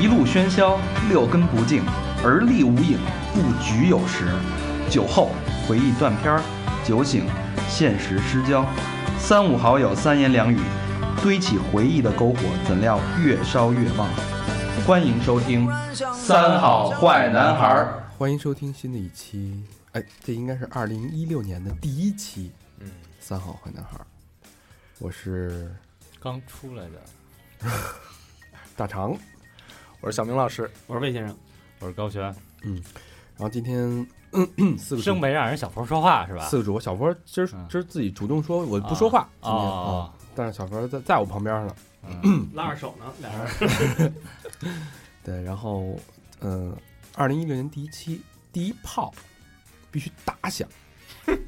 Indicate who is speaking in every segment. Speaker 1: 一路喧嚣，六根不净，而立无影，不局有时。酒后回忆断片儿，酒醒现实失焦。三五好友三言两语，堆起回忆的篝火，怎料越烧越旺。欢迎收听《三好坏男孩儿》。
Speaker 2: 欢迎收听新的一期，哎，这应该是二零一六年的第一期，嗯，三好坏男孩儿，我是
Speaker 3: 刚出来的，
Speaker 2: 大长，
Speaker 4: 我是小明老师，
Speaker 5: 我是魏先生，
Speaker 3: 我是高璇，
Speaker 2: 然后今天咳 咳四个
Speaker 3: 生
Speaker 2: 主
Speaker 3: 没让人小佛说话是吧？
Speaker 2: 四个主播，小佛今儿
Speaker 3: 嗯
Speaker 2: 今儿自己主动说我不说话，今天
Speaker 3: 哦
Speaker 2: 啊，但是小佛在在我旁边呢，
Speaker 3: 嗯
Speaker 5: 拉着手呢，俩人。
Speaker 2: 对，然后嗯，二零一六年第一期第一炮必须打响，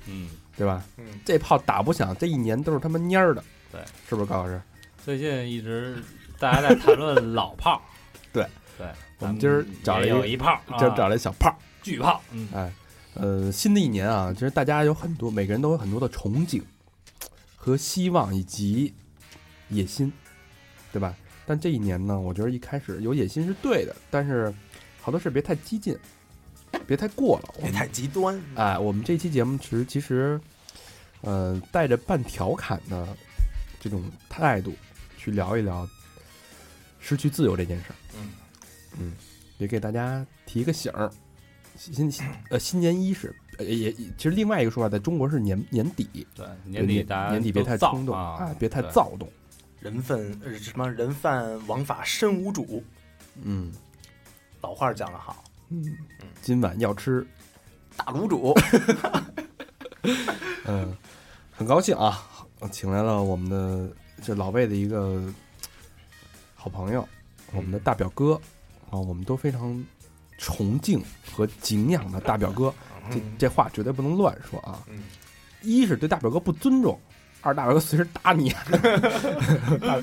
Speaker 3: 嗯，
Speaker 2: 对吧？
Speaker 4: 嗯，
Speaker 2: 这炮打不响，这一年都是他妈蔫儿的，
Speaker 3: 对，
Speaker 2: 是不是高老师？，
Speaker 3: 最近一直大家在谈论老炮儿
Speaker 2: 对
Speaker 3: 对，
Speaker 2: 我们今儿找了
Speaker 3: 也
Speaker 2: 一
Speaker 3: 有一炮，
Speaker 2: 今儿找
Speaker 3: 了
Speaker 2: 来小炮儿。
Speaker 3: 巨炮，嗯，
Speaker 2: 哎，呃，新的一年啊，其实大家有很多，每个人都有很多的憧憬和希望以及野心，对吧？但这一年呢，我觉得一开始有野心是对的，但是好多事别太激进，别太过了。我
Speaker 4: 别
Speaker 2: 们
Speaker 4: 太极端。
Speaker 2: 哎，我们这期节目其实其实，呃，带着半调侃的这种态度去聊一聊失去自由这件事儿。
Speaker 4: 嗯
Speaker 2: 嗯，也给大家提个醒儿，新新呃新年伊始，呃也也其实另外一个说法，在中国是年年底，
Speaker 3: 对，年底大家
Speaker 2: 年底别
Speaker 3: 都
Speaker 2: 太
Speaker 3: 躁
Speaker 2: 冲动
Speaker 3: 啊
Speaker 2: 哎，别太
Speaker 3: 对
Speaker 2: 躁动。
Speaker 4: 人犯呃什么人犯王法身无主，
Speaker 2: 嗯
Speaker 4: 老话讲得好，
Speaker 2: 嗯，今晚要吃，
Speaker 4: 大卤 煮。
Speaker 2: 嗯，很高兴啊，请来了我们的这老魏的一个好朋友，我们的大表哥啊，我们都非常崇敬和敬仰的大表哥。这这话绝对不能乱说啊！
Speaker 4: 嗯
Speaker 2: 一是对大表哥不尊重，二大表哥随时打你。 大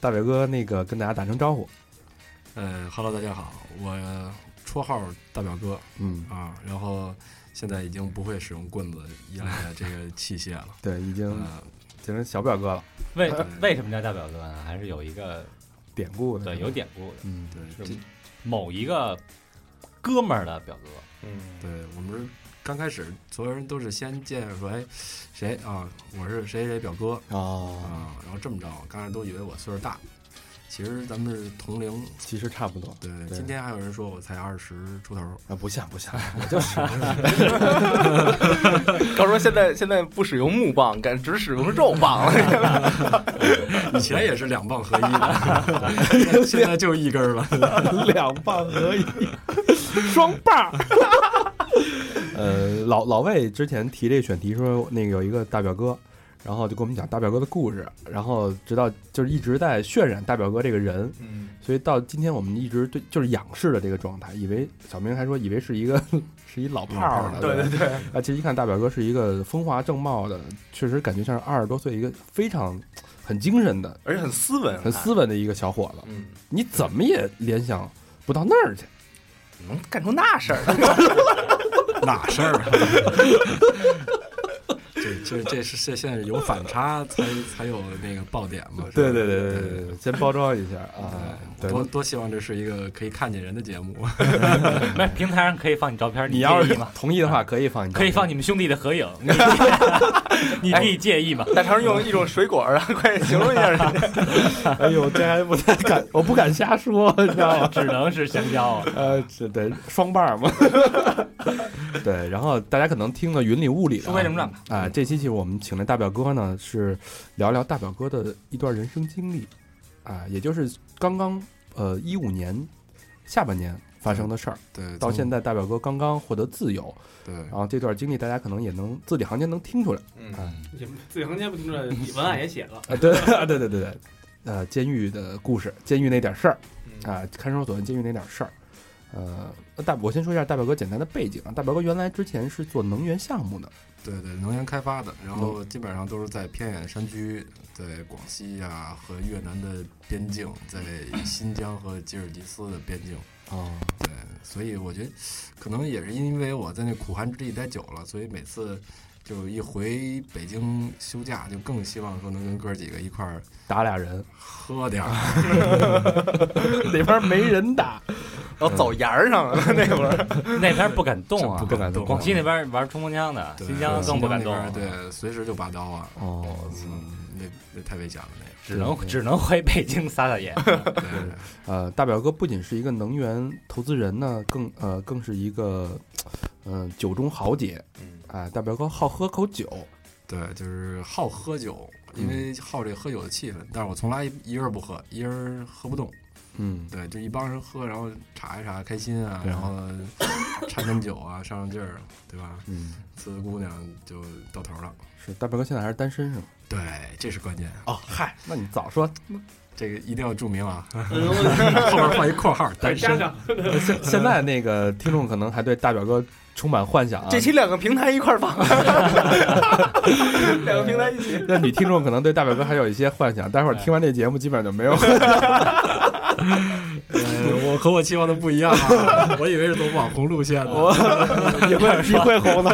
Speaker 2: 大表哥那个跟大家打声招呼，
Speaker 6: 呃哈喽，大家好，我绰号大表哥
Speaker 2: 嗯，，
Speaker 6: 啊，然后现在已经不会使用棍子一类的这个器械了
Speaker 2: 对，已经
Speaker 6: 呃，
Speaker 2: 变成小表哥了，
Speaker 3: 为为什么叫大表哥呢？还是有一个
Speaker 2: 典故的
Speaker 3: 对有，典故的，
Speaker 2: 嗯，
Speaker 6: 对，
Speaker 3: 是
Speaker 6: 这
Speaker 3: 某一个哥们儿的表哥，
Speaker 4: 嗯，
Speaker 6: 对我们是刚开始所有人都是先介绍说，哎，谁啊，我是谁谁表哥
Speaker 2: 哦，
Speaker 6: 啊，然后这么着，刚才都以为我岁数大，其实咱们是同龄。
Speaker 2: 其实差不多
Speaker 6: 对，
Speaker 2: 对
Speaker 6: 今天还有人说我才二十出头，
Speaker 2: 啊，不像不像，
Speaker 4: 告说现在现在不使用木棒，改只使用肉棒了。
Speaker 6: 以前也是两棒合一的，现在现在就一根儿了。
Speaker 2: 两棒合一， 双棒。 呃，老老魏之前提这个选题说，那个有一个大表哥，然后就给我们讲大表哥的故事，然后直到就是一直在渲染大表哥这个人，
Speaker 4: 嗯，
Speaker 2: 所以到今天我们一直对就是仰视的这个状态，以为小明还说以为是一个 是一老炮儿
Speaker 5: 嗯
Speaker 2: 呢，
Speaker 4: 对对对，
Speaker 2: 啊，其实一看大表哥是一个风华正茂的，确实感觉像是二十多岁一个非常很精神的、
Speaker 4: 而且很斯文，
Speaker 2: 很斯
Speaker 4: 文。
Speaker 2: 文的一个小伙子，
Speaker 4: 嗯，
Speaker 2: 你怎么也联想不到那儿去。
Speaker 4: 能干出那事儿 来，
Speaker 6: 哪事儿 啊？这这这是这现在有反差才才有那个爆点嘛？是吧
Speaker 2: 对对对对对，对，先包装一下啊。对，
Speaker 6: 多多希望这是一个可以看见人的 节目。
Speaker 3: 没平台上可以放你照片，
Speaker 2: 你要
Speaker 3: 介
Speaker 2: 是
Speaker 3: 意吗？
Speaker 2: 同意的话，啊可以放你，
Speaker 3: 可以放你。们兄弟的合 影，你 你弟介意吗？
Speaker 4: 大肠用一种水果啊， 快形容一 下人家。
Speaker 2: 哎呦，这还不太敢，我不敢瞎说，你知道吗？
Speaker 3: 哦只能是香蕉啊。
Speaker 2: 呃，这对双棒 儿嘛。对，然后大家可能听得云里雾里的啊，
Speaker 3: 书归正传吧
Speaker 2: 啊，这期其实我们请来大表哥呢，是聊聊大表哥的一段人生经历，啊，也就是刚刚呃一五年下半年发生的事儿，
Speaker 6: 对，
Speaker 2: 到现
Speaker 6: 在
Speaker 2: 在大表哥刚刚获得自由，
Speaker 6: 对
Speaker 2: 然后这段经历大家可能也能字里行间能听出来。
Speaker 4: 嗯
Speaker 5: 你们自行间不听着，你文案也写了，
Speaker 2: 啊，对对对对对，呃，监狱的故事，监狱那点事儿啊、看守所监狱那点事儿。呃，大我先说一下大表哥简单的背景啊。大表哥原来之前是做能源项目的，
Speaker 6: 对对，能源开发的，然后
Speaker 2: 嗯
Speaker 6: 基本上都是在偏远山区，在广西呀、和越南的边境，在新疆和吉尔吉斯的边境。
Speaker 2: 哦，
Speaker 6: 对，所以我觉得可能也是因为我在那苦寒之地待久了，所以每次就一回北京休假，就更希望说能跟哥几个一块儿
Speaker 2: 打俩 人，
Speaker 6: 喝点儿。
Speaker 3: 啊
Speaker 2: 那边没人打，
Speaker 4: 然后走沿儿上了那会儿，
Speaker 3: 那边不敢动啊，
Speaker 2: 不敢动
Speaker 3: 广西那边玩冲锋枪的，
Speaker 6: 对
Speaker 3: 新疆更不敢动啊
Speaker 6: 新，疆那边儿对，随时就拔刀啊。
Speaker 2: 哦，
Speaker 6: 嗯，那那太危险了，那
Speaker 3: 只能只能回北京撒撒野。
Speaker 6: 个。对，
Speaker 2: 呃，大表哥不仅是一个能源投资人呢，更呃更是一个，嗯、酒中豪杰。
Speaker 4: 嗯
Speaker 2: 哎、大表哥好喝口酒，
Speaker 6: 对，就是好喝酒，因为好这喝酒的气氛。但是我从来一一个人不喝，一人喝不动。
Speaker 2: 嗯，
Speaker 6: 对，就一帮人喝，然后查一查，开心啊，
Speaker 2: 对
Speaker 6: 然后 掺掺酒啊，上上劲儿，对吧？
Speaker 2: 嗯，
Speaker 6: 呲姑娘就到头了。
Speaker 2: 是大表哥现在还是单身是吗？
Speaker 6: 对，这是关键。
Speaker 2: 哦，嗨，那你早说，
Speaker 6: 这个一定要注明 啊，
Speaker 5: 嗯，我
Speaker 6: 后边放一括号，
Speaker 5: 再
Speaker 6: 单
Speaker 5: 加
Speaker 6: 身。
Speaker 5: 上
Speaker 2: 现 现在那个听众可能还对大表哥充满幻想啊。
Speaker 4: 这期两个平台一块儿 放，两个平台一起。
Speaker 2: 那女听众可能对大表哥还有一些幻想，待会儿听完这节目基本上就没有。
Speaker 4: 哎
Speaker 6: 呃，我和我期望的不一 样啊，我以为是走网红路线的。
Speaker 2: 你会你会红 的，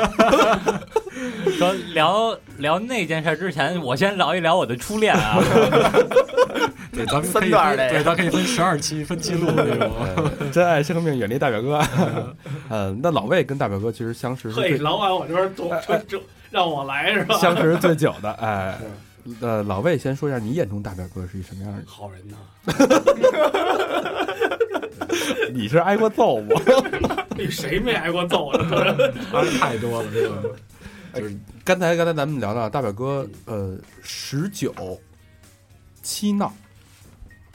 Speaker 3: 说聊聊那件事之前，我先聊一聊我的初恋啊。
Speaker 6: 对，咱们可
Speaker 4: 三
Speaker 6: 以
Speaker 4: 段儿
Speaker 6: 分
Speaker 4: 的
Speaker 6: 对，咱可以分十二期分记录那种。
Speaker 2: 珍爱生命，远离大表哥。 呃，那老魏跟大表哥其实相识是
Speaker 5: 嘿，
Speaker 2: 最
Speaker 5: 老往我这边走，这这让我来是吧？
Speaker 2: 相识是最久的，哎。呃，老魏先说一下，你眼中大表哥是一什么样的人？
Speaker 5: 好人呐，
Speaker 2: 你是挨过揍吗？
Speaker 5: 你谁没挨过揍啊？
Speaker 6: 太多了，这个就是
Speaker 2: 刚才刚才咱们聊到大表哥，呃，十九七闹，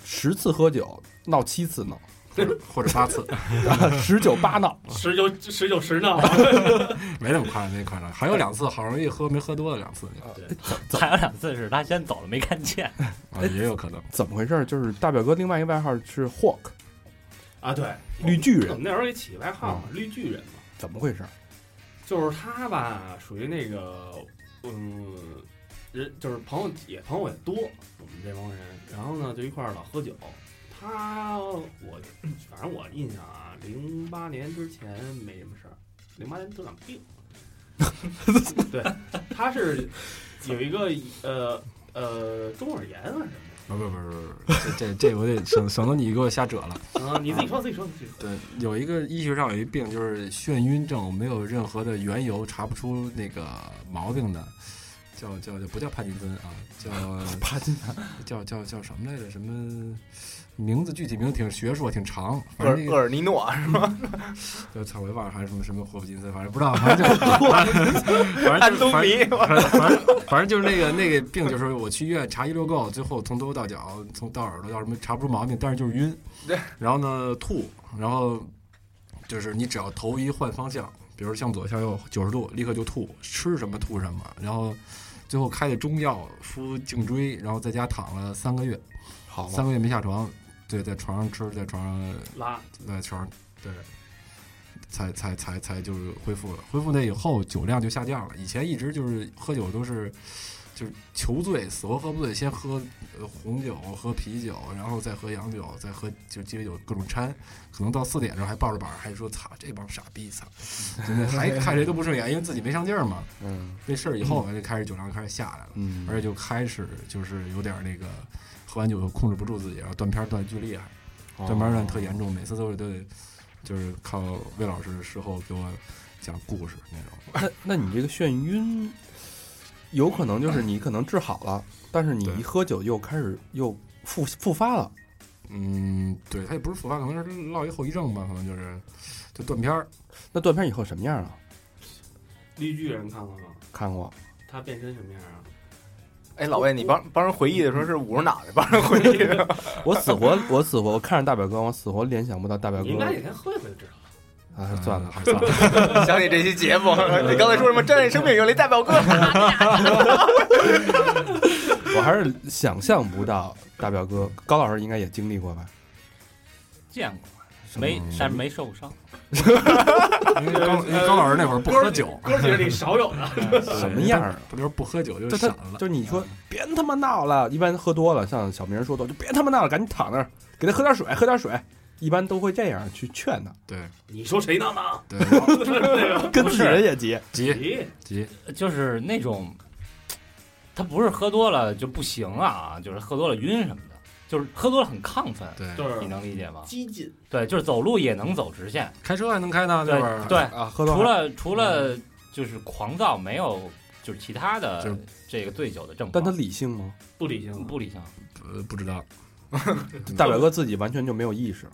Speaker 2: 十次喝酒闹七次闹，
Speaker 6: 或者或者八次，
Speaker 2: 十九八闹，
Speaker 5: 十九十九十呢？
Speaker 6: 没那么夸张，没夸张，还有两次好容易喝没喝多的两次，
Speaker 3: 还有两次是他先走了没看见，
Speaker 4: 呃
Speaker 6: 啊，也有可能。
Speaker 4: 哎
Speaker 2: 怎么回事？就是大表哥另外一个外号是 Hawk
Speaker 5: 啊，对，
Speaker 2: 绿巨
Speaker 5: 我
Speaker 2: 人，
Speaker 5: 们那时候给起外号嘛，绿巨人嘛，
Speaker 2: 怎么回事？
Speaker 5: 就是他吧，属于那个，嗯，人就是朋友也朋友也多，我们这帮人，然后呢就一块儿老喝酒。他我反正我印象啊，零八年之前没什么事儿，零八年得场病。对，他是有一个呃呃中耳炎啊什
Speaker 6: 不不不不不，这这这我得省省得你给我瞎扯了。
Speaker 5: 么的啊，你自己说自己说自己说。
Speaker 6: 对，有一个医学上有一病就是眩晕症，没有任何的缘由查不出那个毛病的，叫叫叫不叫帕金森啊，叫
Speaker 2: 帕金
Speaker 6: 叫叫叫什么来着？什么名字？具体名字挺学术，挺长，
Speaker 4: 厄
Speaker 6: 反
Speaker 4: 尔
Speaker 6: 正那
Speaker 4: 厄
Speaker 6: 个
Speaker 4: 尔尼诺，
Speaker 6: 呃操，我也忘了还是什么什么霍普金森，反正不知道，反正就 反正反
Speaker 4: 安
Speaker 6: 正就
Speaker 4: 东
Speaker 6: 反正
Speaker 4: 尼，
Speaker 6: 反正反正反正就是那个那个病，就是我去医院查一溜够，最后从头到脚，从到耳朵到什么查不出毛病，但是就是晕
Speaker 4: 对，
Speaker 6: 然后呢吐，然后就是你只要头一换方向，比如向左向右九十度，立刻就吐，吃什么吐什么，然后最后开的中药敷颈椎，然后在家躺了三个月，
Speaker 2: 好
Speaker 6: 三个月没下床，对，在床上吃，在床上
Speaker 5: 拉
Speaker 6: 在床上，对，才才才才就是恢复了。恢复那以后，酒量就下降了。以前一直就是喝酒都是就是求醉，死活喝不醉，先喝呃红酒，喝啤酒，然后再喝洋酒，再喝就鸡尾酒，各种掺。可能到四点的时候还抱着膀儿，还说：“操，这帮傻逼，操！”真的还看谁都不顺眼，因为自己没上劲儿嘛。
Speaker 2: 嗯
Speaker 6: 那事儿以后，完就开始酒量开始下来了，
Speaker 2: 嗯
Speaker 6: 而且就开始就是有点儿那个。喝完酒后控制不住自己，然后断片儿断得巨厉害，这班乱特
Speaker 2: 哦
Speaker 6: 严重，每次都是都得就是靠魏老师事后给我讲故事那种。
Speaker 2: 那那你这个眩晕，有可能就是你可能治好了，但是你一喝酒又开始又复复发了。
Speaker 6: 嗯，对他也不是复发，可能是落一后遗症吧，可能就是就断片儿。
Speaker 2: 那断片以后什么样啊？
Speaker 5: 绿巨人看过吗？
Speaker 2: 看过，
Speaker 5: 他变身什么样啊？
Speaker 4: 哎，老魏，你帮帮人回忆的时候是捂着脑袋帮人回忆的，
Speaker 2: 我死活 我死活我看着大表哥，我死活联想不到大表
Speaker 5: 你
Speaker 2: 哥
Speaker 5: 应。该也先喝一回就知道了。
Speaker 2: 啊，算了，
Speaker 6: 哎 还
Speaker 5: 嗯
Speaker 6: 是算 了。
Speaker 4: 想起这期节 目，你刚才说什么？珍爱生命，远离大表哥。
Speaker 2: 我还是想象不到大表哥。高老师应该也经历过吧？
Speaker 3: 见过没，但是没受过 伤。
Speaker 6: 因为高因为高老师那会儿不喝 酒，
Speaker 5: 哥几个里少有的。
Speaker 2: 什么样啊？
Speaker 6: 他那会儿不喝酒就
Speaker 2: 就
Speaker 6: 闪
Speaker 2: 他
Speaker 6: 了。嗯
Speaker 2: 就是你说别他妈闹了，一般喝多了，像小明说的，就别他妈闹了，赶紧躺那儿，给他喝点水，喝点水，一般都会这样去劝他，
Speaker 6: 对
Speaker 5: 你说谁呢呢？
Speaker 6: 对，
Speaker 5: 啊
Speaker 2: 跟自己人也急。
Speaker 6: 急
Speaker 5: 你
Speaker 6: 急，
Speaker 3: 就是那种，他不是喝多了就不行啊，就是喝多了晕什么的，就是喝多了很亢奋，
Speaker 6: 对，
Speaker 5: 就是
Speaker 3: 你能理解吗？
Speaker 5: 激进，
Speaker 3: 对，就是走路也能走直线，
Speaker 6: 开车还能开呢，
Speaker 3: 对
Speaker 6: 那会儿，嗯
Speaker 3: 对，
Speaker 2: 啊，喝多
Speaker 3: 除
Speaker 2: 了，
Speaker 3: 了除了就是狂躁，没有就是其他
Speaker 6: 就
Speaker 3: 的
Speaker 6: 是
Speaker 3: 这个醉酒的症
Speaker 2: 但他
Speaker 3: 状，
Speaker 2: 理性吗？
Speaker 5: 不理性，
Speaker 3: 不理性。
Speaker 6: 呃，不知道，嗯
Speaker 2: 大表哥自己完全就没有意识，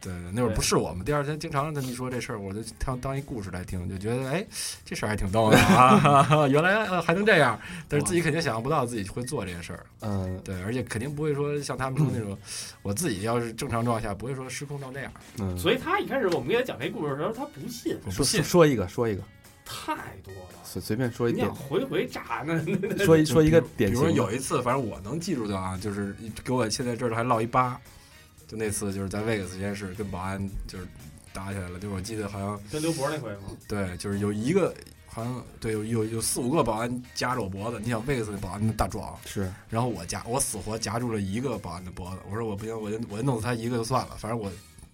Speaker 6: 对，那会儿不是我们。第二天经常他们一说这事儿，我就当当一故事来听，就觉得哎，这事儿还挺逗的啊，原来、呃、还能这样。但是自己肯定想象不到自己会做这些事儿，
Speaker 2: 嗯，
Speaker 6: 对，而且肯定不会说像他们说那 种，我自己要是正常状态下不会说失控到那样。
Speaker 2: 嗯
Speaker 5: 所以他一开始我们给他讲这故事的时候，他不信，
Speaker 6: 我不
Speaker 2: 说
Speaker 6: 信
Speaker 2: 说，说一个，说一个，
Speaker 5: 太多了。
Speaker 2: 随随便说一
Speaker 5: 你
Speaker 2: 点
Speaker 5: 想，回回炸那那
Speaker 2: 说一
Speaker 6: 就
Speaker 2: 说一个
Speaker 6: 比如
Speaker 2: 典
Speaker 6: 比
Speaker 2: 型
Speaker 6: 如
Speaker 2: 的，
Speaker 6: 有一次，反正我能记住的啊，就是给我现在这儿还落一疤，就那次就是在魏克实验室跟保安就是打起来了，就是我记得好像
Speaker 5: 跟刘博那回吗？
Speaker 6: 对，就是有一个好像对有有有四五个保安夹着我脖子，你想 Vex 那保安那大壮，
Speaker 2: 是
Speaker 6: 然后我夹我死活夹住了一个保安的脖子，我说我不行，我就我就弄死他一个就算了，反正我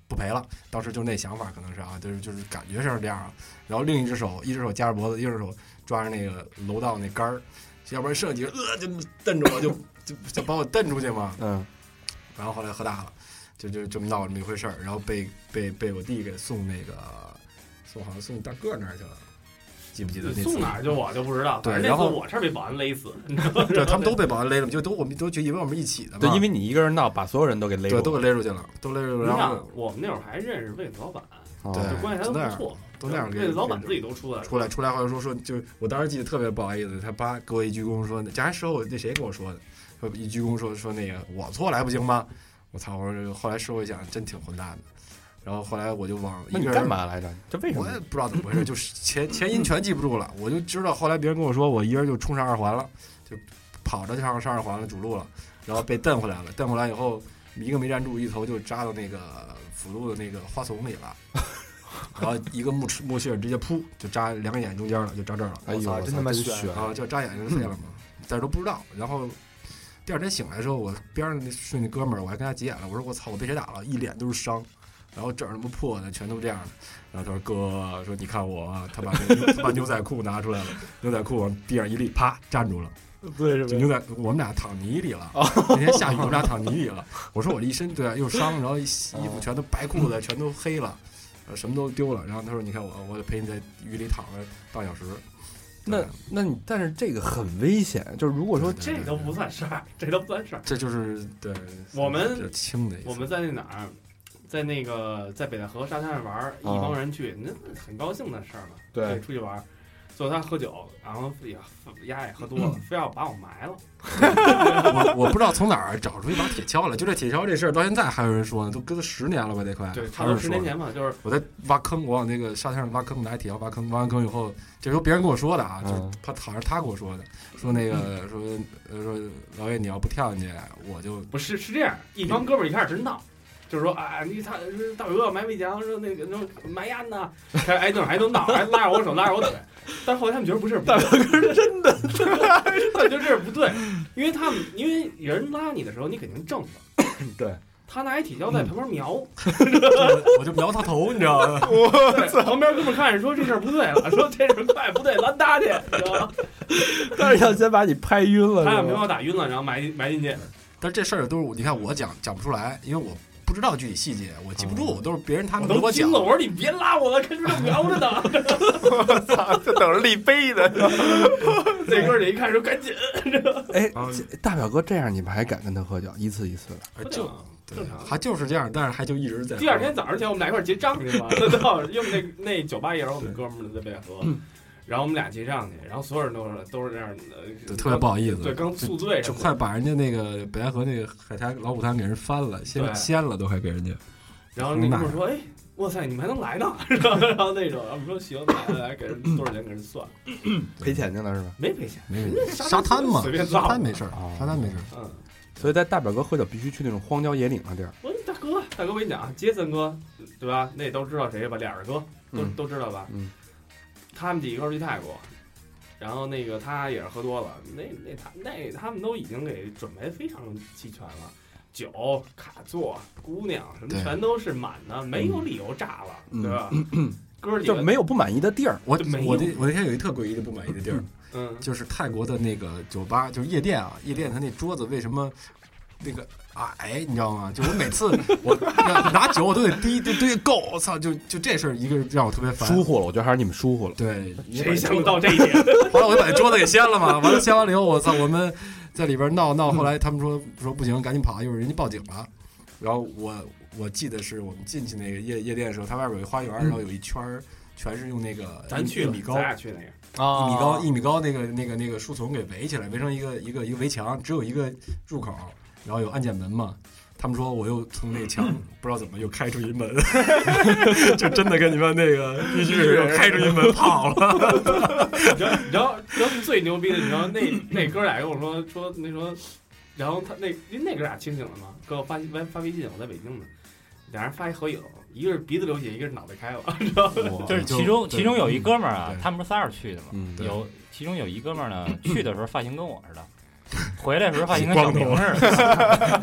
Speaker 6: 不赔了。当时就那想法可能是啊，就是就是感觉上是这样啊。然后另一只手一只手夹着脖子，一只手抓着那个楼道那杆儿，要不然剩几个呃就瞪着我就就就把我瞪出去嘛。
Speaker 2: 嗯，
Speaker 6: 然后后来喝大了，就就就闹了这么一回事儿，然后被被被我弟给送那个送好像送大个儿那儿去了，记不记得那次？
Speaker 5: 送哪儿就我就不知道。
Speaker 6: 对
Speaker 5: 反正
Speaker 6: 然
Speaker 5: 那
Speaker 6: 后
Speaker 5: 次我这儿被保安勒死，
Speaker 6: 对，他们都被保安勒了，就都我们都觉以为我们一起的嘛，
Speaker 2: 对，因为你一个人闹，把所有人都给勒
Speaker 6: 对
Speaker 2: 住
Speaker 6: 都给
Speaker 2: 了，
Speaker 6: 勒出去了，都勒出去
Speaker 5: 你
Speaker 6: 了，然后
Speaker 5: 想，我们那会儿还认识魏子老板，
Speaker 2: 哦
Speaker 6: 对
Speaker 5: 就关系还都不错。
Speaker 6: 都那样给
Speaker 5: 魏子老板自己都出来了，
Speaker 6: 出来出来后来说说，就我当时记得特别不好意思，他爸给我一鞠躬说，这还是我那谁跟我说的，说一鞠躬说说那个我错了还不行吗？我操！我说后来事后一想，真挺混蛋的。然后后来我就往一
Speaker 2: 那
Speaker 6: 个
Speaker 2: 你
Speaker 6: 人
Speaker 2: 干嘛来着？这为什
Speaker 6: 我
Speaker 2: 么
Speaker 6: 也？不知道怎 么回事，就是前前因全记不住了，我就知道后来别人跟我说，我一人就冲上二环了，就跑着上上二环了，主路了，然后被蹬回来了，蹬回来以后一个没站住，一头就扎到那个辅路的那个花丛里 了，然后一个木翅木屑直接噗就扎两眼中间了，就扎这儿了，
Speaker 2: 哎
Speaker 6: 我
Speaker 2: 呦，
Speaker 6: 操
Speaker 2: 我
Speaker 6: 真
Speaker 2: 操
Speaker 6: 他妈
Speaker 2: 真
Speaker 6: 悬
Speaker 2: 悬！
Speaker 6: 啊，就扎眼睛碎了嘛，但是都不知道，然后。第二天醒来的时候，我边上那睡那哥们儿，我还跟他急眼了，我说我操，我被谁打了？一脸都是伤，然后这儿他妈破的，全都这样的。然后他说哥，说你看我啊，他把那个他把牛 仔裤拿出来了，牛仔裤往地上一立，啪站住了。
Speaker 2: 为什
Speaker 6: 就？牛仔，我们俩躺泥里了。那天下雨，我们俩躺泥里了。我说我这一身对啊，又伤，然后衣服全都白裤子全都黑了，呃什么都丢了。然后他说你看我，我陪你在雨里躺了半小时。
Speaker 2: 那那你但是这个很危险，就是如果
Speaker 6: 我
Speaker 2: 说
Speaker 5: 这都不，算事儿，这都不算事儿。
Speaker 6: 这就是对
Speaker 5: 我们
Speaker 6: 比较轻的一次，
Speaker 5: 我们在那哪儿，在那个在北戴河沙滩上玩儿，一
Speaker 2: 啊
Speaker 5: 帮人去，那很高兴的事儿嘛。
Speaker 2: 对
Speaker 5: 可以出去玩儿，最后他喝酒，然后也丫也喝多 了，非要把我埋了。
Speaker 6: 我我不知道从哪儿找出一把铁锹来，就这铁锹这事儿到现在还有人说呢，都搁了十年了吧，得快。
Speaker 5: 对，差
Speaker 6: 还
Speaker 5: 不
Speaker 6: 有
Speaker 5: 多
Speaker 6: 人
Speaker 5: 十
Speaker 6: 说
Speaker 5: 年前吧，就是
Speaker 6: 我在挖坑，我往那个沙滩上挖坑，拿铁锹挖坑，挖完坑以后，这时候别人跟我说的啊，
Speaker 2: 嗯
Speaker 6: 就是他好像是他跟我说的，说那个说呃说老岳你要不跳进去，我就
Speaker 5: 不是是这样，一帮哥们儿一开始真闹，就是说啊，你他说大伟哥埋魏强，说那个说埋烟呢，开始挨顿挨顿闹，还拉着我手拉着我腿。但是后来他们觉得不是，大伟哥真的， 他们觉得这是不对，因为他们因为有人拉你的时候，你肯定正着，
Speaker 2: 对，
Speaker 5: 他拿一铁锹在旁边瞄，
Speaker 6: 我就瞄他头，你知道吗？
Speaker 5: 对旁边哥们儿看着说这事儿不对了，说这事儿快不对，拦他去，你知道吗？
Speaker 2: 但是要先把你拍晕了，
Speaker 5: 他俩
Speaker 2: 是
Speaker 5: 没
Speaker 2: 吧
Speaker 5: 把我打晕了，然后埋进埋进去，
Speaker 6: 但是这事儿都是你看我讲讲不出来，因为我不知道具体细节，我记不住，都是别人他
Speaker 5: 嗯我
Speaker 6: 们给
Speaker 5: 都
Speaker 6: 我
Speaker 5: 惊
Speaker 6: 讲
Speaker 5: 了，。我说你别拉我了，看这正瞄着呢。
Speaker 4: 嗯就等着立碑 呢。
Speaker 5: 那哥儿你一看说赶紧，
Speaker 2: 哎，这大表哥这样你们还敢跟他喝酒？一次一次的，
Speaker 6: 哎就对
Speaker 5: 正常，
Speaker 6: 还就是这样，但是还就一直在。
Speaker 5: 第二天早上起来，我们俩一块儿结账去 嘛。那到因为我们那那酒吧也是我们哥们儿在北戴河，然后我们俩结账去，然后所有人都是都是这样的，
Speaker 6: 对特别不好意思，
Speaker 5: 对，刚宿醉什
Speaker 6: 就
Speaker 5: 么的
Speaker 6: 快把人家那个北戴河那个海滩老虎滩给人翻了，掀
Speaker 5: 对
Speaker 6: 掀了都还给人家。
Speaker 5: 然后那哥们儿说：“哎，哇塞，你们还能来呢？” 然后然后那种，我们说行，来来来，给人多少钱给人算，
Speaker 2: 赔钱去了是吧？
Speaker 5: 没赔钱，
Speaker 6: 没
Speaker 5: 人
Speaker 6: 事，
Speaker 5: 家
Speaker 6: 沙滩嘛
Speaker 5: 随便，造
Speaker 6: 沙滩没事儿
Speaker 2: 啊，
Speaker 6: 沙滩没事儿。
Speaker 5: 嗯。
Speaker 2: 所以在大表哥喝酒必须去那种荒郊野岭的地儿，
Speaker 5: 我说大哥，大哥，我跟你讲啊，杰森哥，对吧？那都知道谁吧？俩人哥都、
Speaker 2: 嗯
Speaker 5: 都知道吧？
Speaker 2: 嗯
Speaker 5: 他们几个去泰国，然后那个他也是喝多了，那那他那他们都已经给准备非常齐全了，酒、卡座、姑娘什么
Speaker 6: 对
Speaker 5: 全都是满的，没有理由炸了，
Speaker 2: 嗯
Speaker 5: 对吧？哥儿几
Speaker 2: 就
Speaker 5: 个
Speaker 2: 没有不满意的地儿。
Speaker 6: 我
Speaker 5: 就没有
Speaker 6: 我那我那天有一特诡异的不满意的地儿，
Speaker 5: 嗯
Speaker 6: 就是泰国的那个酒吧，就是夜店啊，夜店它那桌子为什么那个矮，你知道吗？就我 每次我拿酒我都得堆堆堆够，我操！就就这事儿一个让我特别烦。
Speaker 2: 疏忽了，我觉得还是你们疏忽了。
Speaker 6: 对，
Speaker 5: 谁想到这一点？
Speaker 6: 后来我就把那桌子给掀了嘛，完了掀完了以后，我操，我们在里边闹闹，后来他们说说不行，赶紧跑，一会儿人家报警了。然后我我记得是我们进去那个夜夜店的时候，它外边有一花园，然后有一圈儿全是用那个
Speaker 5: 咱去
Speaker 6: 一
Speaker 5: 了
Speaker 6: 米高
Speaker 5: 咱俩去那个，
Speaker 6: 一
Speaker 3: 哦
Speaker 4: 啊
Speaker 6: 米高一米高那个那个那个树丛给围起来，围成一个一个一个围墙，只有一个入口，然后有按键门嘛。他们说我又从那墙不知道怎么又开出一门， 就真的跟你们那个必须是又开出一门跑了。
Speaker 5: 你知道你知道你知道最牛逼的，你知道那那哥俩跟我说说那说，然后他那因为那哥俩清醒了嘛，给我发发发微信，我在北京呢，俩人发一合影，一个是鼻子流血，一个是脑袋开了，知道吗？
Speaker 3: 就是其中
Speaker 6: 哦对嗯
Speaker 3: 其中有一哥们儿啊
Speaker 6: 对，
Speaker 3: 他们不是仨人去的嘛，
Speaker 2: 嗯，
Speaker 6: 对
Speaker 3: 有其中有一哥们儿呢，去的时候发型跟我似的，回来的时候发型跟小明似的，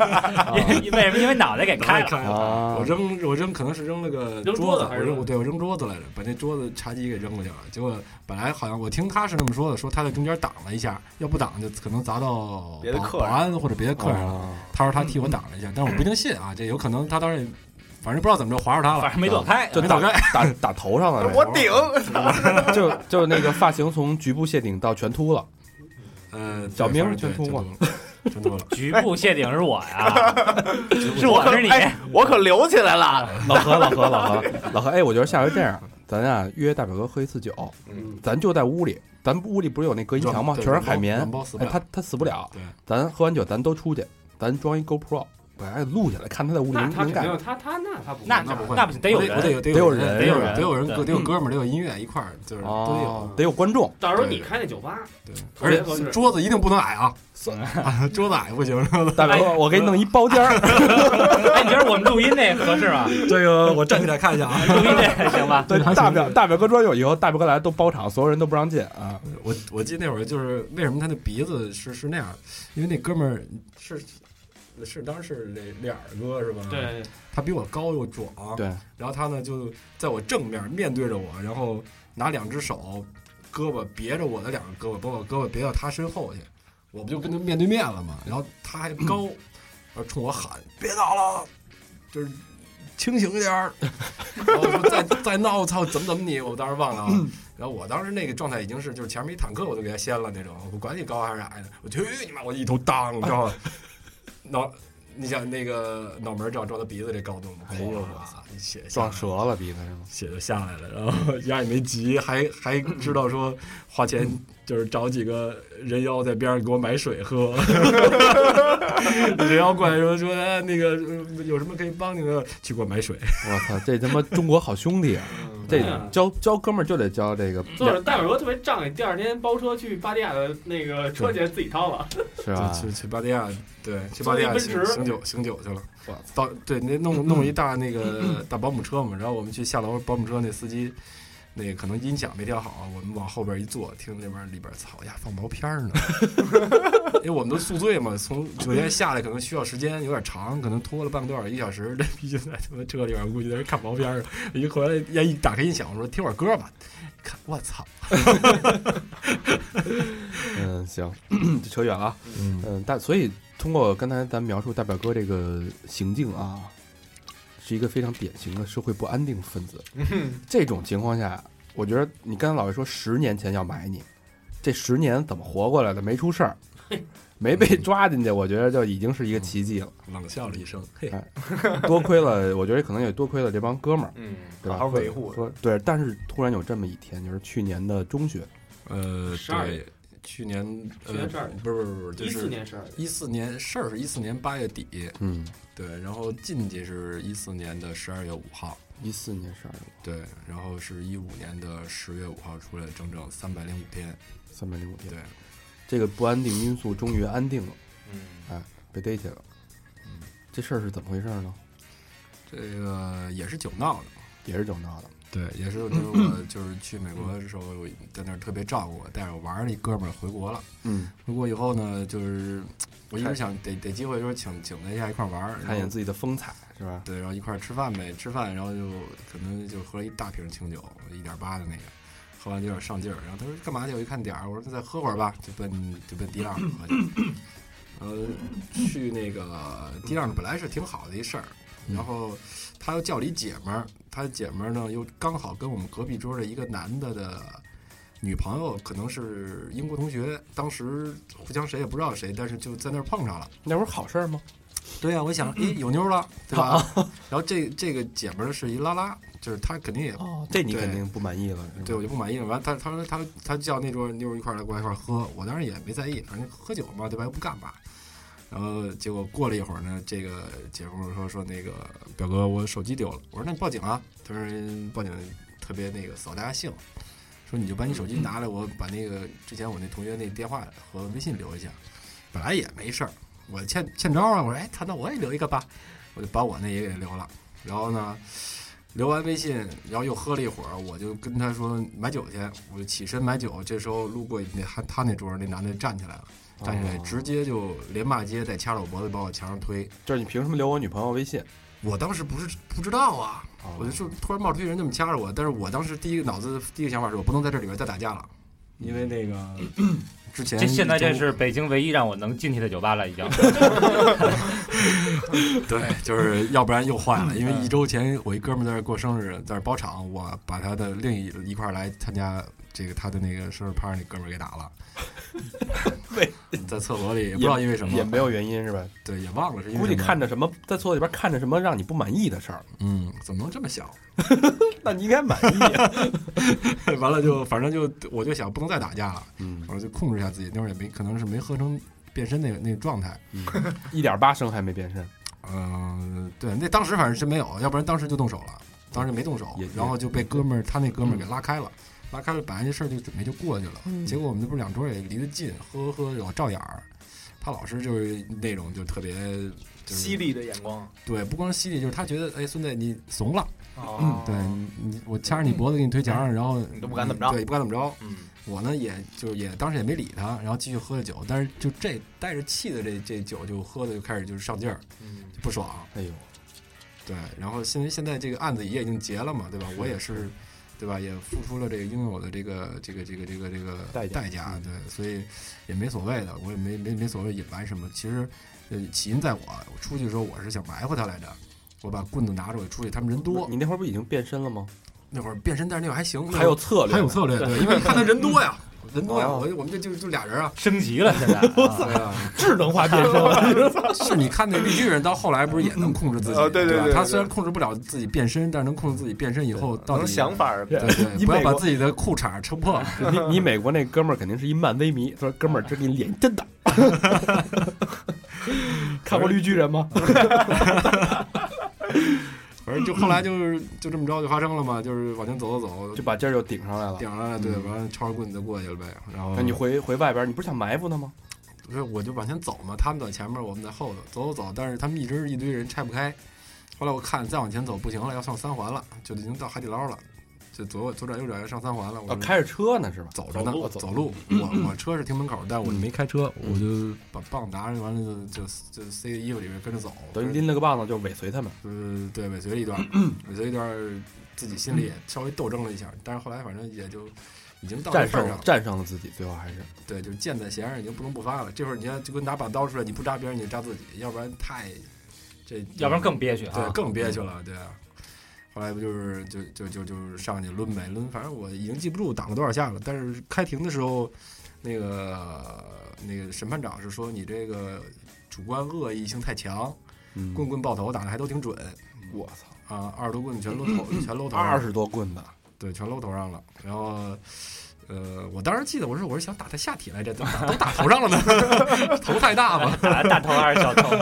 Speaker 3: 因因为什么？因为脑袋给开了。
Speaker 6: 开
Speaker 2: 啊
Speaker 6: 我扔我扔可能是扔了个
Speaker 5: 扔桌
Speaker 6: 桌
Speaker 5: 子
Speaker 6: 子，
Speaker 5: 还
Speaker 6: 我
Speaker 5: 是
Speaker 6: 扔我对我扔桌子来着，把那桌子茶几给扔过去了。结果本来好像我听他是那么说的，说他在中间挡了一下，要不挡就可能砸到
Speaker 4: 别的
Speaker 6: 保
Speaker 4: 客
Speaker 6: 保
Speaker 4: 人
Speaker 6: 安或者别的客人了。
Speaker 2: 啊
Speaker 6: 他说他替我挡了一下，但是我不一定信啊，这有可能他当时也反正不知道怎么着划着他了，
Speaker 3: 反正没躲开，
Speaker 2: 就
Speaker 6: 没打
Speaker 2: 打
Speaker 6: 开。
Speaker 2: 打打头上了 呗，
Speaker 4: 我顶，
Speaker 2: 就就那个发型从局部谢顶到全秃了。
Speaker 6: 呃，
Speaker 2: 小明
Speaker 6: 对
Speaker 2: 全
Speaker 6: 对
Speaker 2: 秃吗
Speaker 6: 全秃了，
Speaker 3: 局部谢顶是我呀，是 我是你，
Speaker 4: 哎我可留起来了。
Speaker 2: 老何，老何， 老何，老何，哎，我觉得下回这样，咱啊约大表哥喝一次酒，
Speaker 5: 嗯，
Speaker 2: 咱就在屋里，咱屋里不 是有那隔音墙吗？
Speaker 6: 对
Speaker 2: 全是海绵
Speaker 6: 软，包死
Speaker 2: 哎，
Speaker 6: 不了
Speaker 2: 他他死不了。
Speaker 6: 对，
Speaker 2: 咱喝完酒，咱都出去，咱装一 GoPro，把它录下来，看他在屋里
Speaker 5: 那
Speaker 2: 能
Speaker 5: 他
Speaker 2: 能
Speaker 5: 肯
Speaker 2: 干
Speaker 5: 定他他那他不
Speaker 3: 那
Speaker 6: 那不会，
Speaker 3: 那不行得有
Speaker 6: 我我得
Speaker 3: 人
Speaker 6: 有
Speaker 2: 得有
Speaker 6: 人，
Speaker 2: 人
Speaker 6: 得有
Speaker 3: 得
Speaker 6: 得
Speaker 3: 有
Speaker 6: 有人，
Speaker 3: 人
Speaker 6: 各得有哥们儿，得有音乐一块儿，就是都
Speaker 2: 哦
Speaker 6: 有。，啊
Speaker 2: 得有观众。
Speaker 5: 到时候你开那酒吧，
Speaker 6: 对，
Speaker 5: 特
Speaker 6: 而
Speaker 5: 别
Speaker 6: 且
Speaker 5: 合适
Speaker 6: 桌子一定不能矮啊，啊 桌子矮不行。
Speaker 2: 大表哥，我给你弄一包间儿，
Speaker 3: 哎，你觉得我们录音那合适吗？
Speaker 6: 这个 我站起来看一下啊，
Speaker 3: 录音那行吧？
Speaker 2: 对，大表大表哥桌有以后，大表哥来都包场，所有人都不让进啊。
Speaker 6: 我我记得那会儿就是为什么他那鼻子是是那样，因为那哥们儿是是当时是俩俩耳哥是吧？，
Speaker 5: 对，
Speaker 6: 他比我高又壮，啊
Speaker 2: 对，
Speaker 6: 然后他呢就在我正面面对着我，然后拿两只手胳膊别着我的两个胳膊，把我胳膊别到他身后去，我不就跟他面对面了嘛？然后他还高，然后冲我喊：“别闹了，就是 清醒一点儿。”然后我说：“再再闹，我操，怎么怎么你？”我当时忘了啊。然后我当时那个状态已经是，就是前面一坦克我都给他掀了那种，我管你高还是矮的，我去你妈！我一头当，你知道吗？脑，你想那个脑门儿正撞他鼻子这高度，哎呦我操！一血下
Speaker 2: 撞
Speaker 6: 来
Speaker 2: 折了鼻子是吗？
Speaker 6: 血就下来了，然后 丫也没急，还还知道说花钱就是找几个人妖在边上给我买水喝， 人妖过来说说、哎、那个呃有什么可以帮你的，去给我买水。
Speaker 2: 我操，这他妈中国好兄弟啊！这
Speaker 5: 嗯
Speaker 2: 交交哥们儿就得交这个，
Speaker 5: 就是大表哥特别仗义，第二天包车去巴蒂亚的那个车钱自己掏了，
Speaker 2: 是吧？
Speaker 6: 就去去巴蒂亚，对，去巴蒂亚
Speaker 5: 坐那奔
Speaker 6: 醒
Speaker 5: 驰
Speaker 6: 醒酒醒酒去了。到对那弄弄
Speaker 2: 嗯
Speaker 6: 一大那个大保姆车嘛，然后我们去下楼，保姆车那司机。那可能音响没调好，我们往后边一坐，听那边里边操呀放毛片儿呢， 因为我们都宿醉嘛，从酒店下来可能需要时间有点长，可能拖了半个多小时一小时，这逼就在他妈车里边，估计在那看毛片儿呢。一回来，呀一打开音响，我说听会儿歌吧，看我操，
Speaker 2: 嗯，行， 这扯远了啊。嗯，但所以通过刚才咱描述大表哥这个行径啊，是一个非常典型的社会不安定分子。
Speaker 4: 嗯
Speaker 2: 这种情况下，我觉得你刚才老魏说十年前要买你，这十年怎么活过来的？没出事儿，没被抓进去，我觉得就已经是一个奇迹了。
Speaker 6: 冷笑了一声，嘿，
Speaker 2: 多亏了，我觉得可能也多亏了这帮哥们儿，
Speaker 4: 嗯，
Speaker 2: 对吧？
Speaker 4: 好好维护。
Speaker 2: 说对，但是突然有这么一天，就是去年的中旬，
Speaker 6: 呃，
Speaker 5: 12
Speaker 6: 对，去年
Speaker 5: 去年12
Speaker 6: 呃，不是不是不是，就
Speaker 5: 一四
Speaker 6: 是
Speaker 5: 年生日，
Speaker 6: 一四年事儿是一四年八月底，
Speaker 2: 嗯，
Speaker 6: 对，然后进去是一四年的十二月五号，
Speaker 2: 一四年十二月
Speaker 6: 对，然后是一五年的十月五号出来，整整三百零五天，
Speaker 2: 三百零五天，
Speaker 6: 对，
Speaker 2: 这个不安定因素终于安定了。
Speaker 4: 嗯，
Speaker 2: 被逮起来了。这事儿是怎么回事呢？
Speaker 6: 这个也是酒闹的，
Speaker 2: 也是酒闹的。
Speaker 6: 对，也是就是我就是去美国的时候，在那儿特别照顾我，带着我玩儿的一哥们儿回国了。
Speaker 2: 嗯
Speaker 6: 回国以后呢，就是我一直想逮逮机会说请请大家一块儿玩儿，
Speaker 2: 看一眼
Speaker 6: 己。
Speaker 2: 自己的风采是吧？
Speaker 6: 对，然后一块儿吃饭呗，吃饭，然后就可能就喝了一大瓶清酒，一点八的那个，喝完就有点上劲儿。然后他说干嘛去？我一看点儿，我说那再喝会儿吧，就奔就奔迪浪了喝去。呃，去那个迪浪本来是挺好的一事儿，然后他又叫了一姐们儿，他姐们儿呢又刚好跟我们隔壁桌的一个男的的。女朋友可能是英国同学，当时互相谁也不知道谁，但是就在那儿碰上了。
Speaker 2: 那会儿好事儿吗？
Speaker 6: 对啊呀、我想，诶，有妞了，对吧？然后这这个姐们儿是一拉拉，就是她肯定也，
Speaker 2: 哦，这你
Speaker 6: 对
Speaker 2: 肯定不满意了。是吧
Speaker 6: 对我就不满意了。完，她她说她她叫那桌妞儿一块儿来过来一块儿喝，我当时也没在意，反正喝酒嘛，对吧？又不干嘛。然后结果过了一会儿呢，这个姐夫说说那个表哥，我手机丢了。我说那你报警啊。他说报警特别那个扫大家兴，说你就把你手机拿来，我把那个之前我那同学那电话和微信留一下。本来也没事儿，我欠欠招啊。我说哎，他那我也留一个吧，我就把我那也给留了。然后呢，留完微信，然后又喝了一会儿，我就跟他说买酒去，我就起身买酒。这时候路过那他他那桌，那男的站起来了。站起来
Speaker 2: 哦
Speaker 6: 直接就连骂街，带掐着我脖子把我墙上推。
Speaker 2: 就是你凭什么留我女朋友微信？
Speaker 6: 我当时不是不知道啊，
Speaker 2: 哦
Speaker 6: 我就说突然冒出一人这么掐着我，但是我当时第一个脑子第一个想法是我不能在这里边再打架了，因为那个之前
Speaker 3: 这现在这
Speaker 6: 周
Speaker 3: 是北京唯一让我能进去的酒吧了，已经。
Speaker 6: 对，就是要不然又坏了。因为一周前我一哥们儿在这儿过生日，在这儿包场，我把他的另一一块儿来参加这个他的那个生日趴那哥们儿给打了
Speaker 2: 为，
Speaker 6: 在厕所里也不知道因为什么，
Speaker 2: 也没有原因是吧？
Speaker 6: 对也忘了是因为
Speaker 2: 估计
Speaker 6: 什么
Speaker 2: 看着什么，在厕所里边看着什么让你不满意的事儿，
Speaker 6: 嗯怎么能这么想？
Speaker 2: 那你应该满意啊。
Speaker 6: 完了就反正就我就想不能再打架了，
Speaker 2: 嗯，
Speaker 6: 我就控制一下自己。那会儿也没可能是没喝成变身那个那个状态，
Speaker 2: 一点八升还没变身，
Speaker 6: 嗯、对，那当时反正是没有，要不然当时就动手了，当时没动手
Speaker 2: 也，
Speaker 6: 然后就被哥们儿他那哥们儿给
Speaker 4: 嗯
Speaker 6: 拉开了，拉开了，本来这事儿就准备就过去了，结果我们这不是两桌也离得近，喝喝老照眼儿，他老是就是那种就特别就是
Speaker 4: 犀，利的眼光，
Speaker 6: 对，不光是犀利，就是他觉得哎孙子你怂了，
Speaker 4: 哦嗯
Speaker 6: 对你你我掐着你脖子给你推墙上，然后
Speaker 4: 你都不敢怎么着
Speaker 6: 对，不敢怎么着，
Speaker 4: 嗯，
Speaker 6: 我呢也就也当时也没理他，然后继续喝着酒，但是就这带着气的这这酒就喝的就开始就是上劲儿，
Speaker 4: 嗯
Speaker 6: 不爽。
Speaker 2: 哎呦，
Speaker 6: 对，然后现在现在这个案子也已经结了嘛，对吧？我也是，对吧？也付出了这个应有的这个这个这个这个这个
Speaker 2: 代价
Speaker 6: 代价，对，所以也没所谓的，我也没没没所谓隐瞒什么。其实，呃，起因在我，我出去的时候我是想埋伏他来着，我把棍子拿着我出去，他们人多，
Speaker 2: 你那会儿不已经变身了吗？
Speaker 6: 那会儿变身，但是那会儿还行，那会儿
Speaker 2: 还有策略，
Speaker 6: 还有策略，对，因为他那人 多呀，人多呀，
Speaker 2: 哦
Speaker 6: 我就我们这就就俩人啊，
Speaker 3: 升级了，现在、啊、
Speaker 6: 对啊。
Speaker 7: 智能化变身了，
Speaker 6: 是你看那绿巨人到后来不是也能控制自己？
Speaker 4: 哦对对
Speaker 6: 吧
Speaker 4: 对对
Speaker 6: 他虽然控制不了自己变身，但是能控制自己变身以后到
Speaker 4: 能
Speaker 6: 底
Speaker 4: 想法儿
Speaker 6: 对对，
Speaker 2: 你
Speaker 6: 不要
Speaker 2: 美
Speaker 6: 把
Speaker 2: 国
Speaker 6: 自己的裤衩撑破。
Speaker 2: 你你美国那哥们儿肯定是一漫威迷，说哥们儿这给你脸真大。 看过绿巨人吗？
Speaker 6: 反正就后来就是就这么着就发生了嘛，就是往前走走走，
Speaker 2: 就把劲儿就顶上来了。
Speaker 6: 顶上了，对，
Speaker 2: 嗯
Speaker 6: 完了抄着棍子就过去了呗。然后
Speaker 2: 那你回回外边儿，你不是想埋伏他吗？
Speaker 6: 不是我就往前走嘛，他们在前面，我们在后头走走走，但是他们一直一堆人拆不开。后来我看再往前走不行了，要上三环了，就已经到海底捞了，就左左转右转要上三环了。我
Speaker 2: 啊，
Speaker 7: 哦
Speaker 6: 说
Speaker 2: 开着车呢是吧？
Speaker 6: 走着呢，
Speaker 2: 走路
Speaker 6: 我走路。我我车是停门口，但我没开车，
Speaker 2: 嗯
Speaker 6: 我就把棒拿着，完了就就就塞衣服里面跟着走，
Speaker 2: 等于拎了个棒子就尾随他们。
Speaker 6: 就是对尾随了一 段，尾随一段，自己心里也稍微斗争了一下，但是后来反正也就已经到这
Speaker 2: 战
Speaker 6: 份儿
Speaker 2: 胜
Speaker 6: 上
Speaker 2: 了，，战胜了自己，最后还是
Speaker 6: 对，就是箭在弦上已经不能不发了。这会儿你看，就跟拿把刀出来，你不扎别人，你扎自己，要不然太这，
Speaker 3: 要不然更憋屈
Speaker 6: 对
Speaker 3: 啊。
Speaker 6: 更
Speaker 2: 嗯
Speaker 6: 憋屈了，对啊。后来不就是就就就就是上去抡呗，抡，反正我已经记不住挡了多少下了。但是开庭的时候，那个那个审判长是说你这个主观恶意性太强，
Speaker 2: 嗯
Speaker 6: 棍棍爆头打的还都挺准
Speaker 2: 我操，
Speaker 6: 啊，二十多棍全搂 头，全搂头上了，
Speaker 2: 二十多棍子，
Speaker 6: 对，全搂头上了。然后，呃，我当时记得我说我是想打他下体来着，怎么打都打头上了呢？ 头太大嘛，
Speaker 3: 打大头还是小头？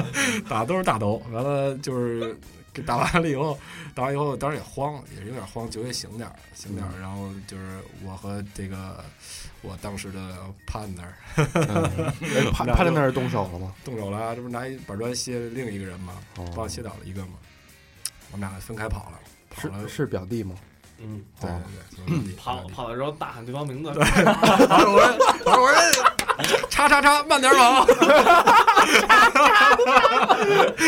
Speaker 6: 打的都是大头。完了就是给打完了以后，打完以后当然也慌，也是有点慌，酒也醒点儿，醒
Speaker 2: 嗯
Speaker 6: 点儿。然后就是我和这个我当时的 partner
Speaker 2: 哎趴趴在那儿动手了吗？
Speaker 6: 动手了啊，这不是拿一板砖歇另一个人吗？
Speaker 2: 哦
Speaker 6: 把我歇倒了一个吗？我们俩分开跑了，跑嗯了
Speaker 2: 是。是表弟吗？
Speaker 5: 嗯，
Speaker 6: 对
Speaker 2: 哦
Speaker 6: 对对，对
Speaker 5: 跑。跑的时候大喊对方名字，
Speaker 6: 我说我说我说，叉叉叉，慢点跑。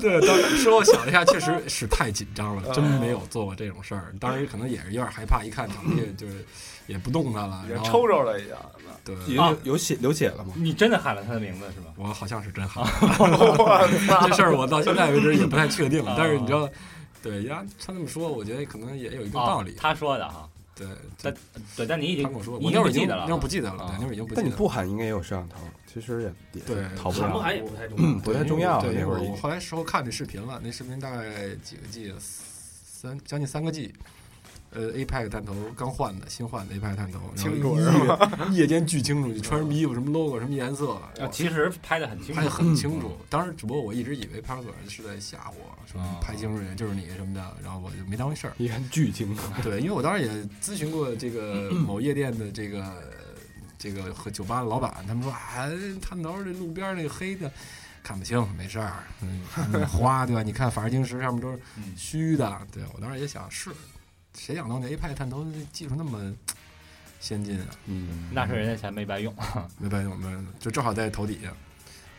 Speaker 6: 对，当时我想了一下，确实是太紧张了，真没有做过这种事儿。当时可能也是有点害怕，一看场地就是也不动弹了，
Speaker 4: 也
Speaker 6: 然后
Speaker 4: 抽抽了 一下子。
Speaker 6: 对，
Speaker 2: 有有血流血了吗？
Speaker 3: 你真的喊了他的名字是吧？
Speaker 6: 我好像是真好。
Speaker 4: 我操！
Speaker 6: 这事儿我到现在为止也不太确定
Speaker 3: 啊，
Speaker 6: 但是你知道，对，人家他那么说，我觉得可能也有一定道理
Speaker 3: 哦。他说的哈，
Speaker 6: 对，
Speaker 3: 但
Speaker 6: 就
Speaker 3: 对，但你已经
Speaker 6: 他跟我说，
Speaker 3: 你
Speaker 6: 我
Speaker 3: 已
Speaker 6: 那
Speaker 3: 经
Speaker 6: 会
Speaker 3: 不
Speaker 6: 儿已经
Speaker 3: 记得了
Speaker 6: 那会儿不记得了，
Speaker 3: 啊
Speaker 6: 对，那会儿已经不记
Speaker 2: 但
Speaker 6: 得
Speaker 2: 你
Speaker 6: 了。
Speaker 2: 不喊应该也有摄像头，其实也也
Speaker 6: 对
Speaker 2: 是逃不
Speaker 5: 喊不
Speaker 2: 了。
Speaker 6: 啊
Speaker 5: 喊也不太重
Speaker 6: 嗯
Speaker 5: 要。
Speaker 2: 不太重要啊
Speaker 6: 对，
Speaker 2: 那
Speaker 6: 因
Speaker 2: 会
Speaker 6: 为
Speaker 2: 儿
Speaker 6: 我我后来事后看那视频了，那视频大概几个 G，三将近三个 G。呃，APEC 弹头刚换的，新换的 APEC 弹头，然后
Speaker 4: 清楚
Speaker 6: 夜
Speaker 4: 是
Speaker 6: 夜间巨清楚，你穿什么衣服、什么 logo、什么颜色，
Speaker 3: 啊，其实拍的很清
Speaker 6: 拍
Speaker 3: 楚
Speaker 6: 的，很清楚。
Speaker 2: 嗯
Speaker 6: 当时只不过我一直以为派出所是在吓我，说
Speaker 2: 哦
Speaker 3: 啊
Speaker 6: 拍清楚人就是你什么的，然后我就没当回事儿。
Speaker 2: 一看巨精，
Speaker 6: 对，因为我当时也咨询过这个某夜店的这个这个和酒吧的老板，他们说啊，他们都是这路边儿那个黑的。看不清，没事儿。嗯，花对吧？你看法制晶石上面都是
Speaker 3: 嗯
Speaker 6: 虚的。对我当时也想是，谁想到那 A 派探头技术那么先进啊？
Speaker 2: 嗯，
Speaker 3: 那是人家钱没白用。
Speaker 6: 没白用，没白用，就正好在头底下。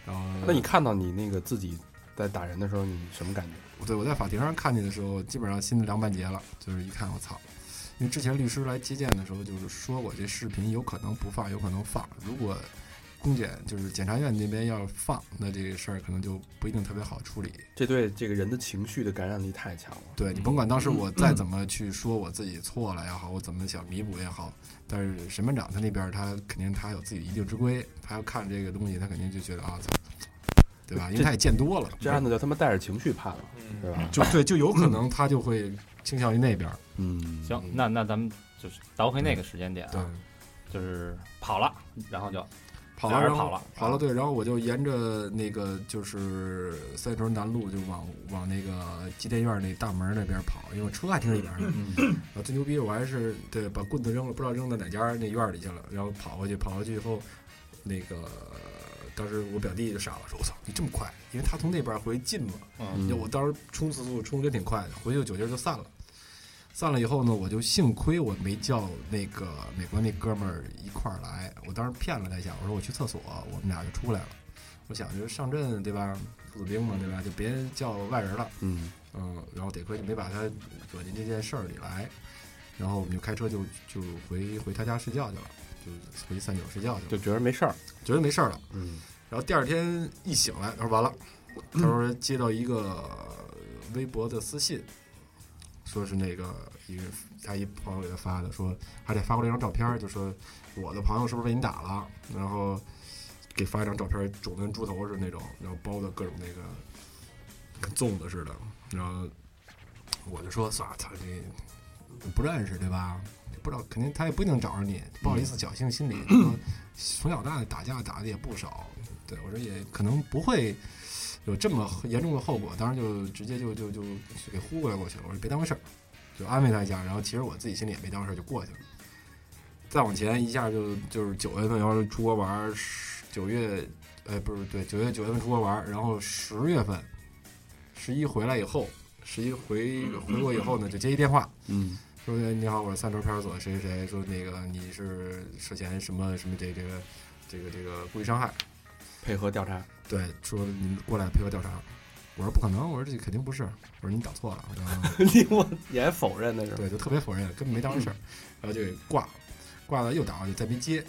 Speaker 6: 然后，
Speaker 2: 那你看到你那个自己在打人的时候，你什么感觉？
Speaker 6: 对，我在法庭上看见的时候，基本上心里凉半截了，就是一看我操，因为之前律师来接见的时候，就是说我这视频有可能不放，有可能放，如果公检就是检察院那边要放，那这个事儿可能就不一定特别好处理。
Speaker 2: 这对这个人的情绪的感染力太强了。
Speaker 6: 对你甭管当时我再怎么去说我自己错了也好，我怎么想弥补也好，但是审判长他那边儿他肯定他有自己一定之规，他要看这个东西，他肯定就觉得啊，操，对吧？因为他也见多了，
Speaker 2: 这案子叫他妈带着情绪判了，对吧？
Speaker 6: 就对，就有可能他就会倾向于那边儿。
Speaker 2: 嗯，
Speaker 3: 行，那那咱们就是倒回那个时间点
Speaker 6: 对嗯
Speaker 3: 啊，，就是跑了，然后就
Speaker 6: 跑
Speaker 3: 俩
Speaker 6: 了，
Speaker 3: 人
Speaker 6: 然后
Speaker 3: 跑了啊
Speaker 6: 跑了。对，然后我就沿着那个就是三重南路，就往往那个机电院那大门那边跑，因为我车还停里边呢。
Speaker 3: 嗯
Speaker 6: 然后最牛逼，我还是对把棍子扔了，不知道扔到哪家那院里去了，然后跑过去，跑过去以后，那个当时我表弟就傻了，说：“我操，你这么快？”因为他从那边回近嘛，
Speaker 2: 嗯
Speaker 6: 就我当时冲刺速冲的挺快的，回去酒劲儿就散了。散了以后呢，我就幸亏我没叫那个美国那哥们儿一块儿来，我当时骗了他一下，我说我去厕所，我们俩就出来了。我想就是上阵对吧，父子兵嘛对吧，就别叫外人了，
Speaker 2: 嗯，
Speaker 6: 嗯，然后得亏就没把他惹进这件事儿里来，然后我们就开车就就回回他家睡觉去了，就回三九睡觉去了，
Speaker 2: 就觉得没事儿。
Speaker 6: 觉得没事儿了。
Speaker 2: 嗯，
Speaker 6: 然后第二天一醒来，他说完了，他说接到一个呃微博的私信，说是那个一个他一朋友给他发的，说还得发过来一张照片儿，就说我的朋友是不是被你打了，然后给发一张照片儿，肿得跟猪头似的那种，然后包的各种那个跟粽子似的，然后我就说算了，操这不认识对吧？不知道，肯定他也不一定找着你，不好意思侥幸心理。说从小到大打架打的也不少，对我说也可能不会有这么严重的后果，当时就直接就就就就给忽略过去了。我说别当回事儿，就安慰他一下，然后其实我自己心里也没当回事儿，就过去了。再往前一下就就是九月份要是出国玩儿，十九月呃不是对九月九月份出国玩儿，然后十月份十一回来以后，十一回回国以后呢，就接一电话，
Speaker 2: 嗯，
Speaker 6: 说你好，我是三重派出所谁谁谁，说那个你是涉嫌什么什么这这个这个这个故意伤害。
Speaker 2: 配合调查，
Speaker 6: 对，说你们过来配合调查。我说不可能，我说这肯定不是，我说你搞错了，然后
Speaker 2: 你我你还否认的是吧？
Speaker 6: 对，就特别否认，根本没当回事儿，然后就给挂了，挂了又打我就再没接，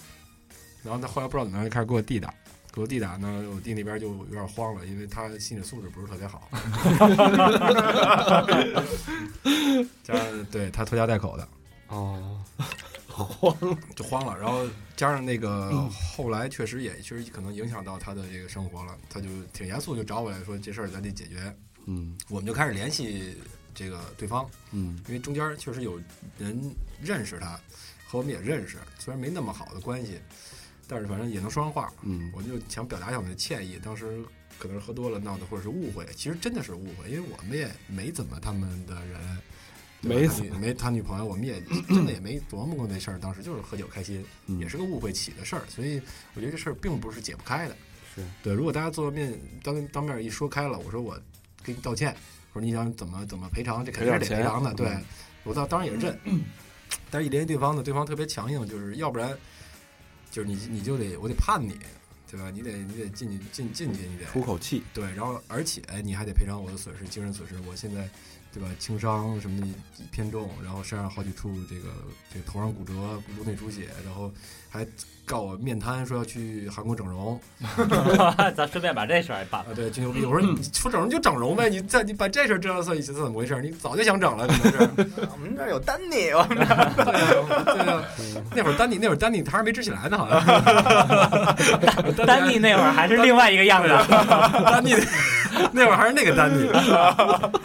Speaker 6: 然后他后来不知道怎么样就开始给我弟打，给我弟打呢，我弟那边就有点慌了，因为他心理素质不是特别 好，加上对他拖家带口的，
Speaker 2: 哦，
Speaker 6: 就慌了，嗯然后加上那个后来确实也确实可能影响到他的这个生活了，他就挺严肃，就找我来说这事儿咱得解决，
Speaker 2: 嗯
Speaker 6: 我们就开始联系这个对方，
Speaker 2: 嗯
Speaker 6: 因为中间确实有人认识他，和我们也认识，虽然没那么好的关系，但是反正也能说上话。
Speaker 2: 嗯，
Speaker 6: 我就想表达一下我们的歉意，当时可能是喝多了闹的，或者是误会，其实真的是误会，因为我们也没怎么他们的人，
Speaker 2: 没
Speaker 6: 对吧
Speaker 2: 怎
Speaker 6: 他女没他女朋友，我们也真的也没琢磨过那事儿，当时就是喝酒开心，
Speaker 2: 嗯
Speaker 6: 也是个误会起的事儿，所以我觉得这事儿并不是解不开的。
Speaker 2: 是
Speaker 6: 对，如果大家做面当当面一说开了，我说我给你道歉，我说你想怎么怎么赔偿，这肯定是
Speaker 2: 赔
Speaker 6: 得
Speaker 2: 点
Speaker 6: 赔偿的。
Speaker 2: 钱
Speaker 6: 对
Speaker 2: 嗯，
Speaker 6: 我当当然也认， 但是一联系对方呢，对方特别强硬，就是要不然就是你你就得我得判你，对吧？你得你得进去进进去，你得
Speaker 2: 出口气，
Speaker 6: 对，然后而且哎你还得赔偿我的损失，精神损失。我现在，对吧？轻伤什么的偏重，然后身上好几处这个这个头上骨折、颅内出血，然后还告我面瘫，说要去韩国整容
Speaker 3: 咱顺便把这事儿也办
Speaker 6: 啊
Speaker 3: 了。！
Speaker 6: 对，真牛逼！我说你说整容就整容呗，你再你把这事儿知道算一怎么回事儿？你早就想整了，可能是。
Speaker 4: 我们这儿有丹尼，我们这儿
Speaker 6: 对啊，那会儿丹尼那会儿丹尼他还没支起来呢，好 像。
Speaker 3: 丹尼那会儿还是另外一个样子，
Speaker 6: 丹尼那会儿还是那个丹尼。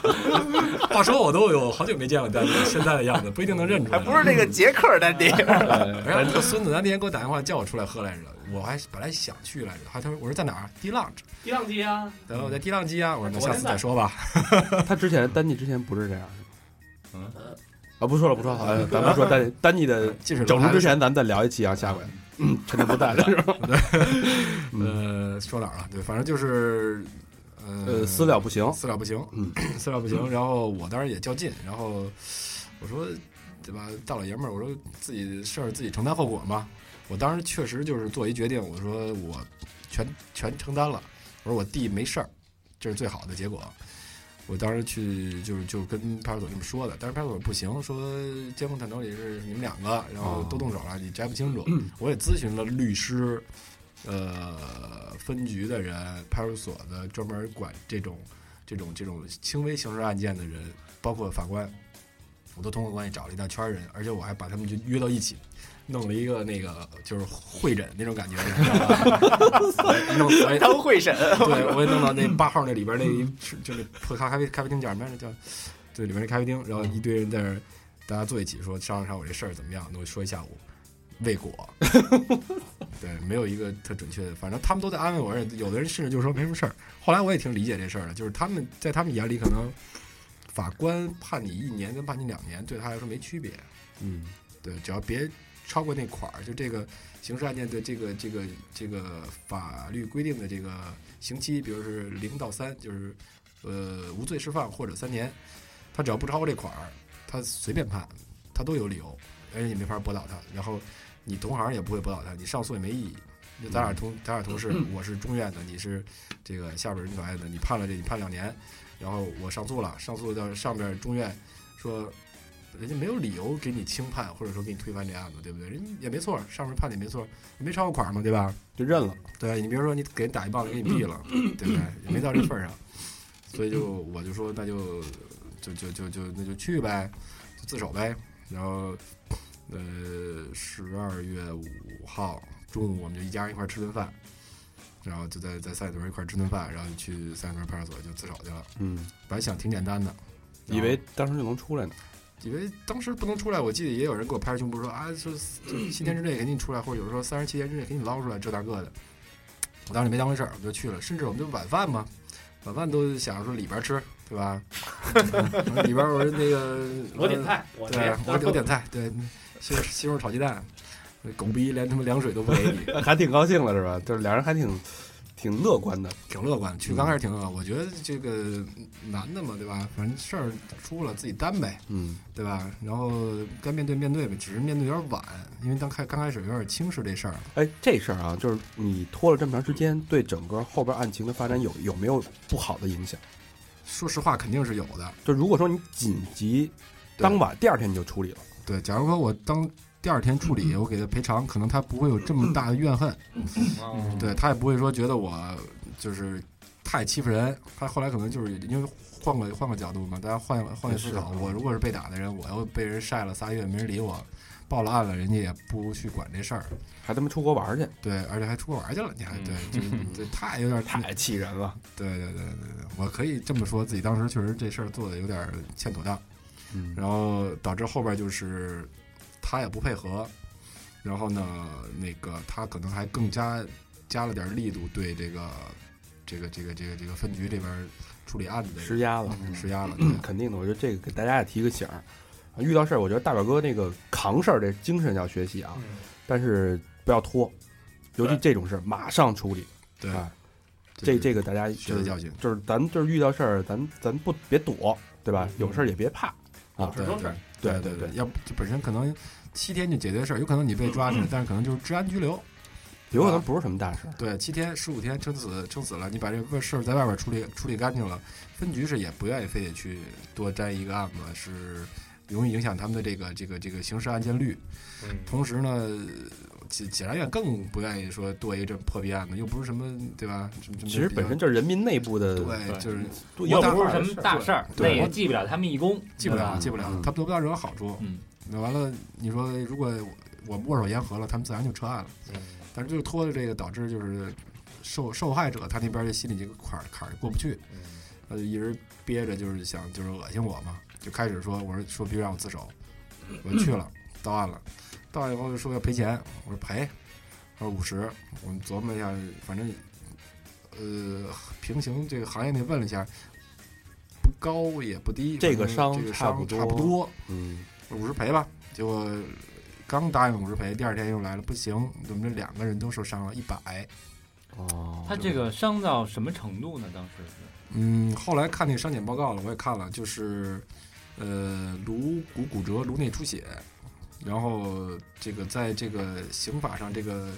Speaker 6: 话说我都有好久没见过丹尼现在的样子，不一定能认出来。
Speaker 4: 还不是那个捷克丹尼，
Speaker 6: 然后我孙子他那天给我打电话叫我出来喝来着，我还本来想去来着，还他说我说在哪儿？低浪，
Speaker 5: 低浪机啊，
Speaker 6: 然后我在低浪机啊，我说那下次再说吧。
Speaker 2: 他之前丹尼之前不是这样的，嗯，啊，呃不说了不说了，好咱们说丹尼丹尼
Speaker 4: 嗯
Speaker 2: 的
Speaker 6: 即使
Speaker 2: 整容之
Speaker 6: 前，
Speaker 2: 前，咱们再聊一期啊，下回，嗯，趁他不在 的时候，
Speaker 6: 呃，说哪儿了？对，反正就是
Speaker 2: 呃，
Speaker 6: 呃
Speaker 2: 私了不行，
Speaker 6: 私了不行，
Speaker 2: 嗯
Speaker 6: 私了不行。然后我当时也较劲，然后我说，对吧，大老爷们儿，我说自己的事儿自己承担后果嘛。我当时确实就是做一决定，我说我全全承担了，我说我弟没事儿，这是最好的结果。我当时去就是就跟派出所这么说的，但是派出所不行，说监控探头里是你们两个，然后都动手了，你摘不清楚。
Speaker 2: 哦
Speaker 6: 我也咨询了律师，呃，分局的人，派出所的专门管这种这种这种轻微刑事案件的人，包括法官，我都通过关系找了一大圈人，而且我还把他们就约到一起，弄了一个那个就是会诊那种感觉，你知道吧？弄哎我也
Speaker 4: 当会审，
Speaker 6: 对，我也弄到那八号那里边那一吃就是破咖咖啡咖啡厅叫什么来着？叫对，里边那咖啡厅，然后一堆人在那儿，大家坐一起说商量商量我这事儿怎么样，那我说一下午，未果。对，没有一个特准确的，反正他们都在安慰我，而且有的人甚至就说没什么事儿。后来我也挺理解这事儿的，就是他们在他们眼里可能法官判你一年跟判你两年对他来说没区别，
Speaker 2: 嗯，
Speaker 6: 对，只要别超过那款儿，就这个刑事案件对这个这个这个法律规定的这个刑期，比如是零到三，就是呃无罪释放或者三年，他只要不超过这款儿，他随便判，他都有理由，而且你没法驳倒他。然后你同行也不会驳倒他，你上诉也没意义。就咱俩同咱俩同事，我是中院的，你是这个下边儿人法院的，你判了这你判两年，然后我上诉了，上诉到上边儿中院说人家没有理由给你轻判，或者说给你推翻这案子，对不对？人家也没错，上面判的也没错，你没超过款儿嘛，对吧？
Speaker 2: 就认了，
Speaker 6: 对啊你比如说你给人打一棒子给你毙了，对不对？也没到这份儿上，所以就我就说那就就就就就那就去呗，就自首呗。然后呃，十二月五号中午我们就一家人一块儿吃顿饭，然后就在在三里屯一块儿吃顿饭，然后就去三里屯派出所就自首去了。
Speaker 2: 嗯，哦
Speaker 6: 本来想挺简单的，然
Speaker 2: 以
Speaker 6: 后
Speaker 2: 为当时就能出来呢，
Speaker 6: 以为当时不能出来，我记得也有人给我拍着胸脯说啊，说就七天之内给你出来，或者有人说三十七天之内给你捞出来，这那个的。我当时也没当回事儿，我就去了。甚至我们就晚饭嘛，晚饭都想着说里边儿吃，对吧？ 嗯里边儿我说那个
Speaker 5: 我点，菜，我
Speaker 6: 对
Speaker 5: 点，
Speaker 6: 我我点菜，对，西红西红柿炒鸡蛋，狗逼连他妈凉水都不给你，
Speaker 2: 还挺高兴了是吧？就是俩人还挺挺乐观的，
Speaker 6: 挺乐观。去刚开始挺乐观，我觉得这个男的嘛，对吧？反正事儿出了自己担呗。
Speaker 2: 嗯，
Speaker 6: 对吧？然后该面对面对呗，只是面对有点晚，因为当开刚开始有点轻视这事儿。
Speaker 2: 哎，这事儿啊，就是你拖了这么长时间，对整个后边案情的发展有有没有不好的影响？
Speaker 6: 说实话，肯定是有的。
Speaker 2: 就如果说你紧急
Speaker 6: 对
Speaker 2: 当晚第二天你就处理了，
Speaker 6: 对，假如说我当第二天处理，我给他赔偿，可能他不会有这么大的怨恨，对他也不会说觉得我就是太欺负人。他后来可能就是因为换个换个角度嘛，大家换换位思考。我如果是被打的人，我要被人晒了仨月没人理我，报了案了，人家也不去管这事儿。
Speaker 2: 还他妈出国玩去，
Speaker 6: 对，而且还出国玩去了，你还对，就是这太有点
Speaker 2: 太气人了。
Speaker 6: 对对对对对，我可以这么说，自己当时确实这事儿做的有点儿欠妥当，
Speaker 2: 嗯，
Speaker 6: 然后导致后边就是他也不配合，然后呢，那个他可能还更加加了点儿力度对这个这个这个这个这个分局这边儿处理案子的
Speaker 2: 施压了，
Speaker 6: 人施压了，
Speaker 2: 嗯肯定的。我觉得这个给大家也提个醒儿，啊遇到事儿，我觉得大表哥那个扛事儿这精神要学习啊，但是不要拖，尤其这种事儿马上处理。
Speaker 6: 对
Speaker 2: 啊，
Speaker 6: 对
Speaker 2: 这这个大家
Speaker 6: 学
Speaker 2: 就
Speaker 6: 的
Speaker 2: 是
Speaker 6: 教训，
Speaker 2: 就是咱们就是遇到事儿，咱咱不别躲，对吧？有事儿也别怕。啊
Speaker 5: 有事
Speaker 6: 对
Speaker 5: 儿都是。
Speaker 6: 对
Speaker 2: 对
Speaker 6: 对，要不就本身可能七天就解决事儿，有可能你被抓起来，但是可能就是治安拘留，
Speaker 2: 有可能不是什么大事儿。
Speaker 6: 对，七天十五天撑死撑死了，你把这个事儿在外边处理处理干净了，分局是也不愿意非得去多摘一个案子，是容易影响他们的这个这个这个刑事案件率。
Speaker 4: 嗯
Speaker 6: 同时呢，检检察院更不愿意说多一个这破壁案子，又不是什么对吧？什么什么
Speaker 2: 其实
Speaker 6: 比较
Speaker 2: 本身就是人民内部的，
Speaker 6: 对，就是
Speaker 2: 多
Speaker 3: 又
Speaker 6: 我
Speaker 3: 不
Speaker 6: 当
Speaker 3: 是什么大事儿，那
Speaker 6: 对
Speaker 3: 也
Speaker 6: 我
Speaker 3: 记不了他们一功，
Speaker 6: 记不了，
Speaker 3: 对吧
Speaker 6: 记不了
Speaker 2: 嗯，
Speaker 6: 他们得不到任何好处。
Speaker 3: 嗯，
Speaker 6: 那完了，你说如果我们握手言和了，他们自然就撤案了。
Speaker 4: 嗯
Speaker 6: 但是就拖着这个，导致就是受受害者他那边的心里这个坎儿坎儿过不去，
Speaker 4: 嗯
Speaker 6: 他呃就一直憋着，就是想就是恶心我嘛，就开始说我说说必须让我自首，我去了，到案了，到案以后就说要赔钱，我说赔，他说五十，我们琢磨一下，反正呃平行这个行业内问了一下。不高也不低，
Speaker 2: 这个
Speaker 6: 反正
Speaker 2: 伤
Speaker 6: 这个
Speaker 2: 差不
Speaker 6: 伤差不
Speaker 2: 多
Speaker 6: 多，
Speaker 2: 嗯，
Speaker 6: 五十赔吧。结果刚答应五十赔，第二天又来了，不行，我们这两个人都受伤了，一百。
Speaker 2: 哦，
Speaker 3: 他这个伤到什么程度呢？当时是
Speaker 6: 嗯，后来看那伤检报告了，我也看了，就是呃颅骨骨折，颅内出血，然后这个在这个刑法上这个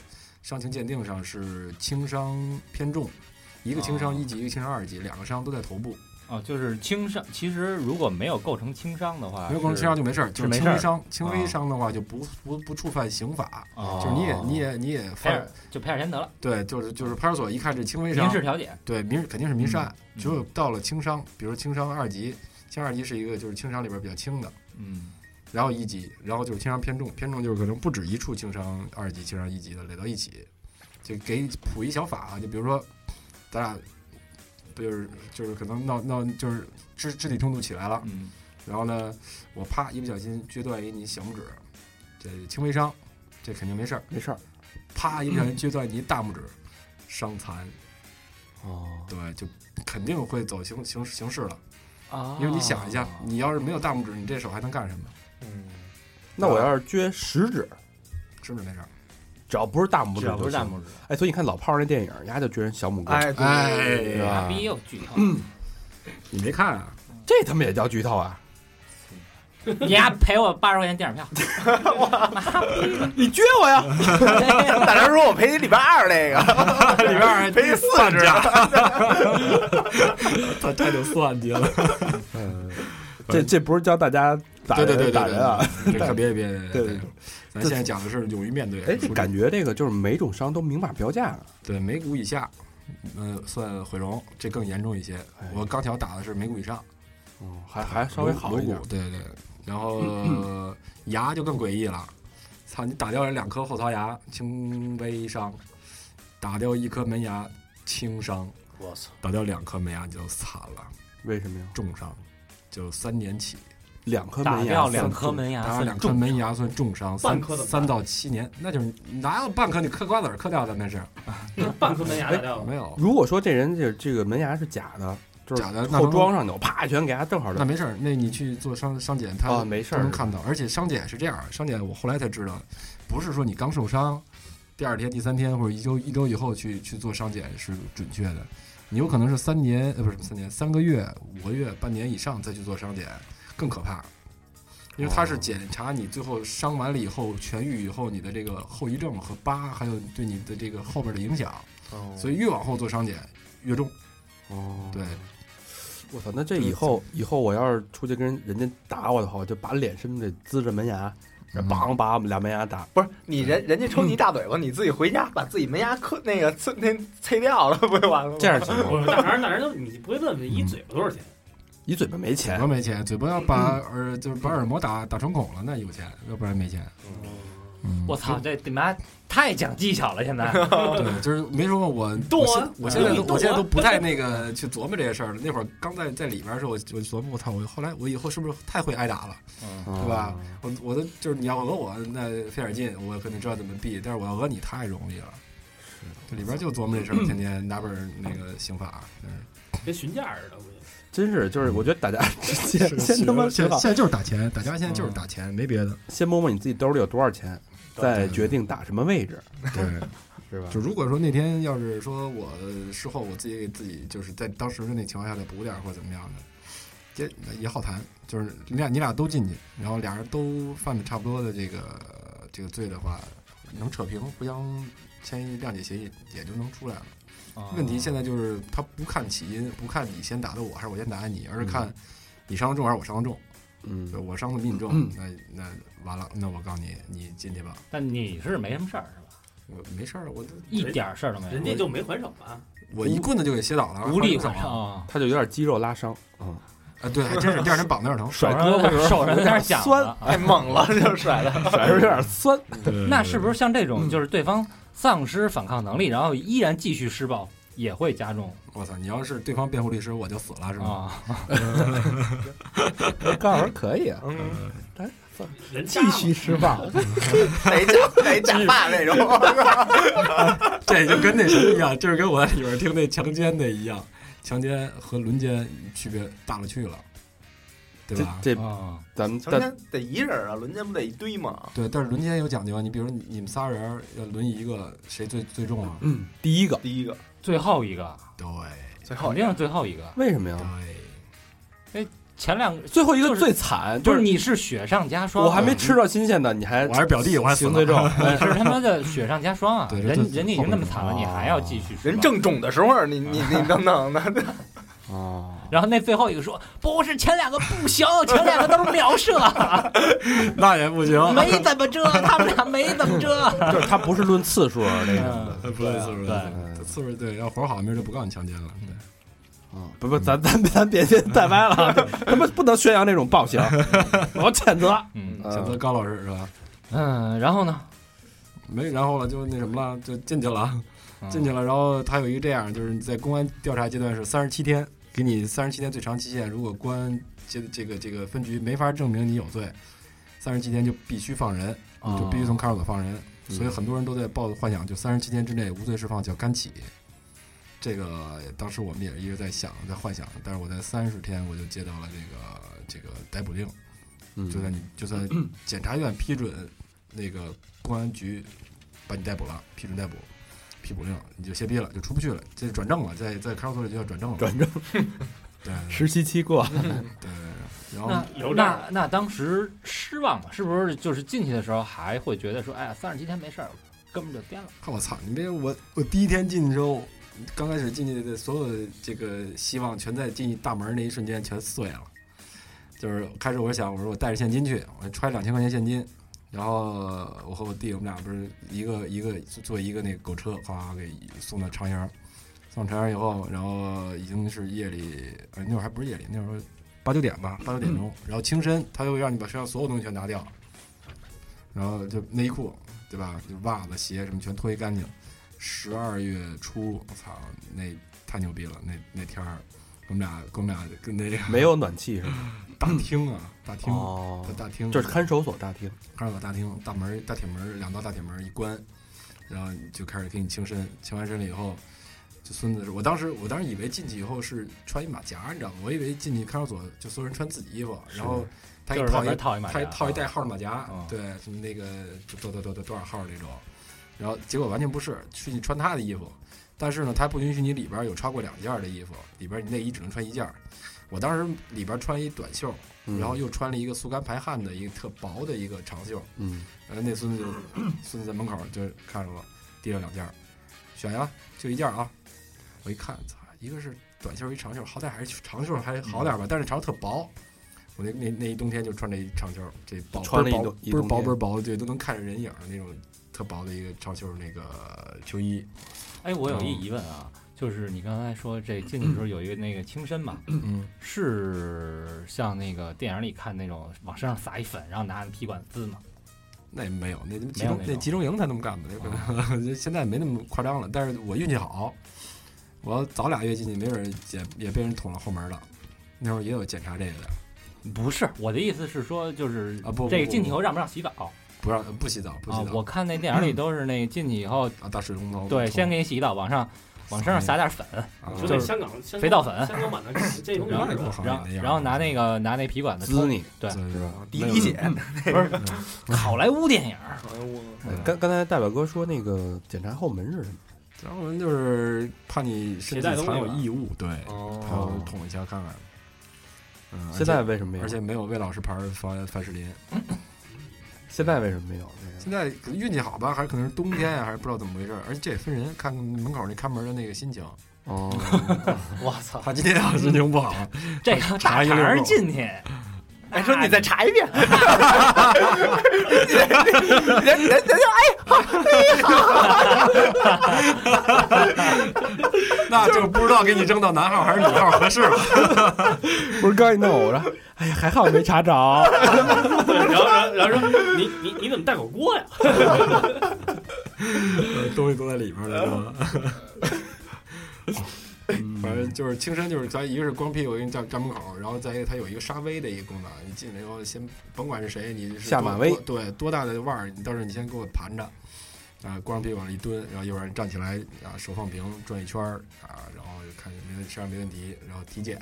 Speaker 6: 伤情鉴定上是轻伤偏重。一个轻伤一级，一个轻伤二级，两个伤都在头部。
Speaker 3: 哦，就是轻伤。其实如果没有构成轻伤的话，
Speaker 6: 没有构成轻伤就没事儿，就是
Speaker 3: 啊没
Speaker 6: 轻
Speaker 3: 事
Speaker 6: 微
Speaker 3: 儿
Speaker 6: 伤，轻
Speaker 3: 啊
Speaker 6: 微伤的话就不不不触犯刑法，
Speaker 3: 哦
Speaker 6: 就是你也你也你也
Speaker 3: 赔
Speaker 6: 犯
Speaker 3: 点就赔点钱得了，
Speaker 6: 对，就是就是派出所一看这轻微
Speaker 3: 民
Speaker 6: 伤，
Speaker 3: 事调解。
Speaker 6: 对民事肯定是民事案，
Speaker 3: 嗯
Speaker 6: 只有到了轻伤，比如轻伤二级，轻伤二级是一个就是轻伤里边比较轻的，
Speaker 3: 嗯，
Speaker 6: 然后一级，然后就是轻伤偏重，偏重就是可能不止一处轻伤二级、轻伤一级的垒到一起，就给普一小法啊，就比如说咱俩不就是就是可能闹闹就是肢肢体冲突起来了，
Speaker 3: 嗯，
Speaker 6: 然后呢，我啪一不小心撅断一你小拇指，这轻微伤，这肯定没事儿，
Speaker 2: 没事儿。
Speaker 6: 啪一不小心撅断你大拇指，伤残。
Speaker 2: 哦，
Speaker 6: 对，就肯定会走刑刑刑事了，
Speaker 3: 啊
Speaker 6: 因为你想一下，你要是没有大拇指，你这手还能干什么？
Speaker 4: 嗯，
Speaker 2: 那我要是撅食指，
Speaker 6: 是不是没事儿？
Speaker 2: 只要不是大拇指，
Speaker 3: 只要不是大拇。指，
Speaker 2: 哎，所以你看老炮儿那电影，人家就撅人小拇哥，
Speaker 4: 哎
Speaker 6: 哎
Speaker 4: 对，
Speaker 2: 对
Speaker 3: 傻
Speaker 2: 吧？
Speaker 3: 逼又剧透，
Speaker 6: 你没看啊？
Speaker 2: 这他妈也叫剧透啊！
Speaker 3: 你丫赔我八十块钱电影票，
Speaker 2: 你撅我呀！
Speaker 4: 大梁说：“我赔你礼拜二那个，
Speaker 2: 啊
Speaker 6: 里边 儿
Speaker 4: 赔你四十。
Speaker 6: 他这就算计了。
Speaker 2: 嗯这这不是教大家 打
Speaker 6: 对
Speaker 2: 人
Speaker 6: 对对对
Speaker 2: 打人啊！
Speaker 6: 对，可别别别，
Speaker 2: 对对对，
Speaker 6: 咱现在讲的是勇于面对。
Speaker 2: 哎，这
Speaker 6: 不是
Speaker 2: 感觉这个就是每种伤都明码标价啊了。
Speaker 6: 对眉骨以下，嗯，算毁容，这更严重一些
Speaker 2: 哎。
Speaker 6: 我钢条打的是眉骨以上，
Speaker 2: 嗯，还还稍微好一
Speaker 6: 颅
Speaker 2: 点
Speaker 6: 骨。。对对，对然后 呃牙就更诡异了，操，你打掉了两颗后槽牙，轻微伤；打掉一颗门牙，轻伤。
Speaker 4: 我操，
Speaker 6: 打掉两颗门牙你就惨了，
Speaker 2: 为什么呀？
Speaker 6: 重伤，就三年起。
Speaker 2: 两颗
Speaker 3: 打
Speaker 2: 门牙
Speaker 3: 掉
Speaker 2: 算
Speaker 3: 两颗门牙
Speaker 6: 打掉
Speaker 3: 算
Speaker 6: 两颗
Speaker 3: 重
Speaker 6: 门牙算重伤，
Speaker 5: 半
Speaker 6: 三
Speaker 5: 颗怎么办
Speaker 6: 三到七年，那就是哪有半颗你嗑瓜子儿嗑掉的那是
Speaker 5: 半颗门牙打掉了，
Speaker 6: 没有，
Speaker 2: 如果说这人这这个门牙是假的，就是
Speaker 6: 假的那
Speaker 2: 后
Speaker 6: 能
Speaker 2: 装上去，我啪一拳给他正好
Speaker 6: 那
Speaker 2: 的。
Speaker 6: 没事儿，那你去做伤伤检，他
Speaker 2: 啊没事儿
Speaker 6: 都能看到。而且伤检是这样，伤检我后来才知道，不是说你刚受伤，第二天、第三天或者一周一周以后去去做伤检是准确的。你有可能是三年，呃，不是三年，三个月、五个月、半年以上再去做伤检，更可怕，因为它
Speaker 2: 哦
Speaker 6: 是检查你最后伤完了以后痊愈以后你的这个后遗症和疤，还有对你的这个后边的影响。所以越往后做伤检越重。
Speaker 2: 哦，
Speaker 6: 对，
Speaker 2: 我操！那这以后以后我要是出去跟人人家打我的话，我就把脸伸出去滋着门牙，然后梆把我们俩门牙打。
Speaker 4: 不是你人人家抽你一大嘴嗯巴，你自己回家把自己门牙磕那个呲那呲掉了，不就完了吗？
Speaker 2: 这样行
Speaker 5: 不
Speaker 2: 吗？
Speaker 6: 哎
Speaker 5: 是大梁，大梁就你不会问问一嘴巴多少钱？
Speaker 2: 你嘴巴没钱
Speaker 6: 嘴巴，没钱，嘴巴要把耳就是把耳膜打打穿孔了，那有钱，要不然没钱。嗯
Speaker 3: 我操，这你妈太讲技巧了，现在
Speaker 6: 对，就是没说过我
Speaker 5: 动哦啊
Speaker 6: 我现我现在都
Speaker 5: 你动啊
Speaker 6: 我现在都不太那个去琢磨这些事儿了。那会儿刚在在里边儿的时候，我我琢磨我操，我后来我以后是不是太会挨打了，对
Speaker 2: 对
Speaker 6: 吧？？
Speaker 2: 哦
Speaker 6: 我我都就是你要讹我，那费点劲，我可能知道怎么避，但是我要讹你太容易了。这里边儿就琢磨这事儿，天天拿本儿那个刑法，嗯
Speaker 5: 跟询价似的，估计。
Speaker 2: 真是，就是我觉得大家 先先他妈学
Speaker 6: 现
Speaker 2: 好
Speaker 6: 现，在就是打钱，打架现在就是打钱，没别的。
Speaker 2: 先摸摸你自己兜里有多少钱，再决定打什么位置，
Speaker 6: 对。
Speaker 2: 是吧？
Speaker 6: 就如果说那天要是说我事后我自己给自己就是在当时的那情况下再补点儿或者怎么样的，也也好谈。就是你俩你俩都进去，然后俩人都犯的差不多的这个这个罪的话，能扯平，互相签一谅解协议也就能出来了。
Speaker 3: 啊
Speaker 6: 问题现在就是他不看起因，不看你先打的我还是我先打的你，而是看你伤的重还是我伤的重。对
Speaker 2: 嗯，
Speaker 6: 我伤的比你重，那那完了，那我告诉你，你进去吧。
Speaker 3: 但你是没什么事儿是吧？
Speaker 6: 我没事儿，我都
Speaker 3: 一点事儿都没有，
Speaker 5: 人家就没还手吧？
Speaker 6: 我一棍子就给斜倒了，
Speaker 3: 无力
Speaker 6: 手
Speaker 3: 反
Speaker 6: 啊，
Speaker 3: 抗，
Speaker 2: 他就有点肌肉拉 伤，嗯，
Speaker 6: 对，还真是第二天膀子有点疼，
Speaker 2: 甩
Speaker 3: 手上有
Speaker 2: 胳膊时候
Speaker 3: 点手上有点响
Speaker 2: 酸
Speaker 3: 了。
Speaker 4: 太猛 了，就甩了。
Speaker 2: 甩着有点 酸，
Speaker 3: 那是不是像这
Speaker 2: 嗯
Speaker 3: 种就是对方丧失反抗能力，然后依然继续施暴，也会加重
Speaker 6: 我操！你要是对方辩护律师，我就死
Speaker 2: 嗯
Speaker 6: 了是吗？
Speaker 3: 啊？
Speaker 2: 告诉可以啊，
Speaker 4: 嗯，
Speaker 5: 人
Speaker 2: 继续施暴，
Speaker 4: 谁 家谁家爸那 种，
Speaker 2: 啊
Speaker 6: 这就跟那什么一样，就是跟我在里边听那强奸的一样，强奸和轮奸区别大了去了，对
Speaker 2: 这
Speaker 6: 吧？
Speaker 2: 这
Speaker 3: 啊，
Speaker 2: 咱们
Speaker 4: 成
Speaker 2: 但
Speaker 4: 天得一人啊，轮奸不得一堆吗？
Speaker 6: 对，但是轮奸有讲究啊，你比如你你们仨人儿要轮一个，谁最最重啊？
Speaker 2: 嗯，第一个
Speaker 4: 第一个，
Speaker 3: 最后一个
Speaker 6: 对
Speaker 4: 最后
Speaker 3: 肯定是最后一个，
Speaker 2: 为什么呀？
Speaker 6: 对，
Speaker 3: 前两个
Speaker 2: 最后一
Speaker 3: 就
Speaker 2: 个
Speaker 3: 是
Speaker 2: 最惨，
Speaker 3: 不
Speaker 2: 就是
Speaker 3: 你是雪上加霜，
Speaker 2: 我还没吃到新鲜的，你还
Speaker 6: 我还是表弟，我还死
Speaker 2: 行罪重
Speaker 6: 了。，
Speaker 3: 哎是他妈的雪上加霜啊！
Speaker 6: 对
Speaker 3: 人
Speaker 6: 这哦这
Speaker 3: 人家已经那么惨了，
Speaker 6: 后面
Speaker 3: 你还要继续施暴
Speaker 4: 人正肿的时候，你你你等等 的，
Speaker 2: 哦，
Speaker 3: 然后那最后一个说不是前两个不行，前两个都是描射，
Speaker 6: 那也不行，
Speaker 3: 没怎么着，他们俩没怎么着。
Speaker 2: 就是他不是论次数啊那种的，
Speaker 3: 嗯
Speaker 6: 不对，次
Speaker 3: 对
Speaker 6: 数对，次数对，要活好，明儿就不告你强奸了。对，
Speaker 2: 嗯，不不，咱咱咱别别带歪 了啊，他们不能宣扬这种 暴行，我谴责。
Speaker 3: 嗯
Speaker 6: 谴责高老师是吧？
Speaker 3: 嗯，然后呢？
Speaker 6: 没，然后了就那什么了，就进去了，啊
Speaker 3: 嗯
Speaker 6: 进去了。然后他有一个这样，就是你在公安调查阶段是三十七天，给你三十七天最长期限。如果公安这这个这个分局没法证明你有罪，三十七天就必须放人，
Speaker 3: 啊
Speaker 6: 就必须从看守所放人。
Speaker 2: 嗯
Speaker 6: 所以很多人都在抱着幻想，就三十七天之内无罪释放叫干起。这个当时我们也一直在想，在幻想，但是我在三十天我就接到了这个这个逮捕令。
Speaker 2: 嗯
Speaker 6: 就算你就算检察院批准那个公安局把你逮捕了，批准逮捕，批捕令你就歇逼了，就出不去了，这转正了，在在看守所里就要转正了。
Speaker 2: 转正
Speaker 6: 对
Speaker 2: 实习期过，
Speaker 6: 对，然后
Speaker 3: 那
Speaker 5: 留着
Speaker 3: 那那当时失望嘛？是不是就是进去的时候还会觉得说，哎呀，三十七天没事儿，哥们儿就颠了。
Speaker 6: 看我操，你别我我第一天进去之后，刚开始进去的所有的这个希望全在进去大门那一瞬间全碎了。就是开始我想，我说我带着现金去，我揣两千块钱现金，然后我和我弟我们俩不是一个一个坐一个那个狗车，哗给送到长阳，送到长阳以后，然后已经是夜里，呃那会儿还不是夜里，那会儿八九点吧，八九点钟，然后轻身，他就让你把身上所有东西全拿掉，然后就内裤对吧，就袜子鞋什么全脱一干净。十二月初，我操，那太牛逼了，那那天儿。我们俩，我们俩跟那个
Speaker 2: 没有暖气是吗？
Speaker 6: 大厅啊，大厅，
Speaker 2: 哦
Speaker 6: 大大厅
Speaker 2: 就是看守所大厅，
Speaker 6: 看守所大厅，大门大铁门两道大铁门一关，然后你就开始给你清身，清完身了以后，就孙子，我当时我当时以为进去以后是穿一马甲，你知道吗？我以为进去看守所就所有人穿自己衣服，然后他给
Speaker 3: 就
Speaker 6: 你
Speaker 3: 是
Speaker 6: 套
Speaker 3: 外
Speaker 6: 一
Speaker 3: 边套一马甲，啊
Speaker 6: 他一套一带号的马甲，
Speaker 3: 嗯
Speaker 6: 对，什么那个多多多多多少号那种，然后结果完全不是，是你穿他的衣服，但是呢，他不允许你里边有超过两件儿的衣服，里边你内衣只能穿一件儿。我当时里边穿一短袖，
Speaker 2: 嗯
Speaker 6: 然后又穿了一个速干排汗的一个特薄的一个长袖，
Speaker 2: 嗯，
Speaker 6: 然后呃那孙子就孙子在门口就看着我，递了两件儿，选呀，就一件儿啊。我一看，操，一个是短袖，一长袖，好歹还是长袖
Speaker 2: 嗯
Speaker 6: 还好点儿吧，但是长袖特薄。我那那那一冬天就穿这一长袖，这薄
Speaker 2: 穿了一冬一
Speaker 6: 倍儿
Speaker 2: 冬
Speaker 6: 薄
Speaker 2: 天
Speaker 6: 倍儿薄，对，都能看着人影儿那种特薄的一个长袖那个秋衣。
Speaker 3: 哎，我有一疑问啊，就是你刚才说这进去的时候有一个那个轻身嘛，
Speaker 6: 嗯，
Speaker 3: 是像那个电影里看那种往身上撒一粉，然后拿皮管滋嘛？
Speaker 6: 那没有，那集
Speaker 3: 没有
Speaker 6: 中
Speaker 3: 那
Speaker 6: 那
Speaker 3: 种
Speaker 6: 集中营才那么干吧？
Speaker 2: 啊
Speaker 6: 那个 现在没那么夸张了。但是我运气好，我要早俩月进去，没准儿也也被人捅了后门了。那会儿也有检查这个的，
Speaker 3: 不是，我的意思是说，就是
Speaker 6: 啊不不
Speaker 3: 这个
Speaker 6: 不
Speaker 3: 进
Speaker 6: 不
Speaker 3: 去以后让不让洗澡
Speaker 6: 不让不洗澡，不
Speaker 3: 啊
Speaker 6: 洗？澡
Speaker 3: 我看那电影里都是那进去以后，
Speaker 6: 啊，大水龙头
Speaker 3: 对，先给
Speaker 6: 给
Speaker 3: 你洗澡，往上往身上撒点粉，
Speaker 5: 我觉
Speaker 6: 就
Speaker 5: 得
Speaker 6: 是
Speaker 5: 香港香港
Speaker 3: 肥皂粉
Speaker 5: 香港版的 这种
Speaker 6: 然后
Speaker 5: 感觉，
Speaker 3: 然后然后拿那个拿那皮管子
Speaker 2: 滋
Speaker 3: 冲，
Speaker 2: 你。
Speaker 3: 对
Speaker 6: 是吧？
Speaker 4: 第一姐，
Speaker 3: 不是好莱坞电影儿，
Speaker 4: 哎呦我
Speaker 2: 刚刚才大表哥说那个检查后门是什么？
Speaker 6: 然后我们就是怕你身体藏有异物，对，
Speaker 4: 哦，
Speaker 6: 他要捅一下看看。嗯，而且
Speaker 2: 现在为什么没有？
Speaker 6: 而且没有魏老师牌儿凡凡士林，
Speaker 2: 现在为什么没有这
Speaker 6: 现在可能运气好吧，还是可能是冬 天呀、还是不知道怎么回事儿。而且这也分人，看门口那看门的那个心情。
Speaker 2: 个？哦，
Speaker 4: 我操！
Speaker 6: 他今天要是心情 不好，
Speaker 3: 这个大
Speaker 6: 查一溜
Speaker 3: 肠
Speaker 6: 够
Speaker 3: 儿进去，
Speaker 4: 哎，说你再查一遍，人人人家
Speaker 6: 那就不知道给你扔到男号还是女号合适了。
Speaker 2: 不是刚一弄我说，哎呀，还好没查着。
Speaker 5: 对，然后然后然后说你你你怎么带口锅呀？
Speaker 6: 东西都在里面了，是嗯吧？ 反正就是轻身，就是咱一个是光屁股，一个站站门口，然后再一个它有一个沙威的一个功能，你进来以后先甭管是谁，你是
Speaker 2: 下
Speaker 6: 多
Speaker 2: 马威
Speaker 6: 多对，多大的腕儿，你到时候你先给我盘着，啊，光屁股往里一蹲，然后一会儿站起来啊，手放平转一圈儿啊，然后看没问身上没问题，然后体检，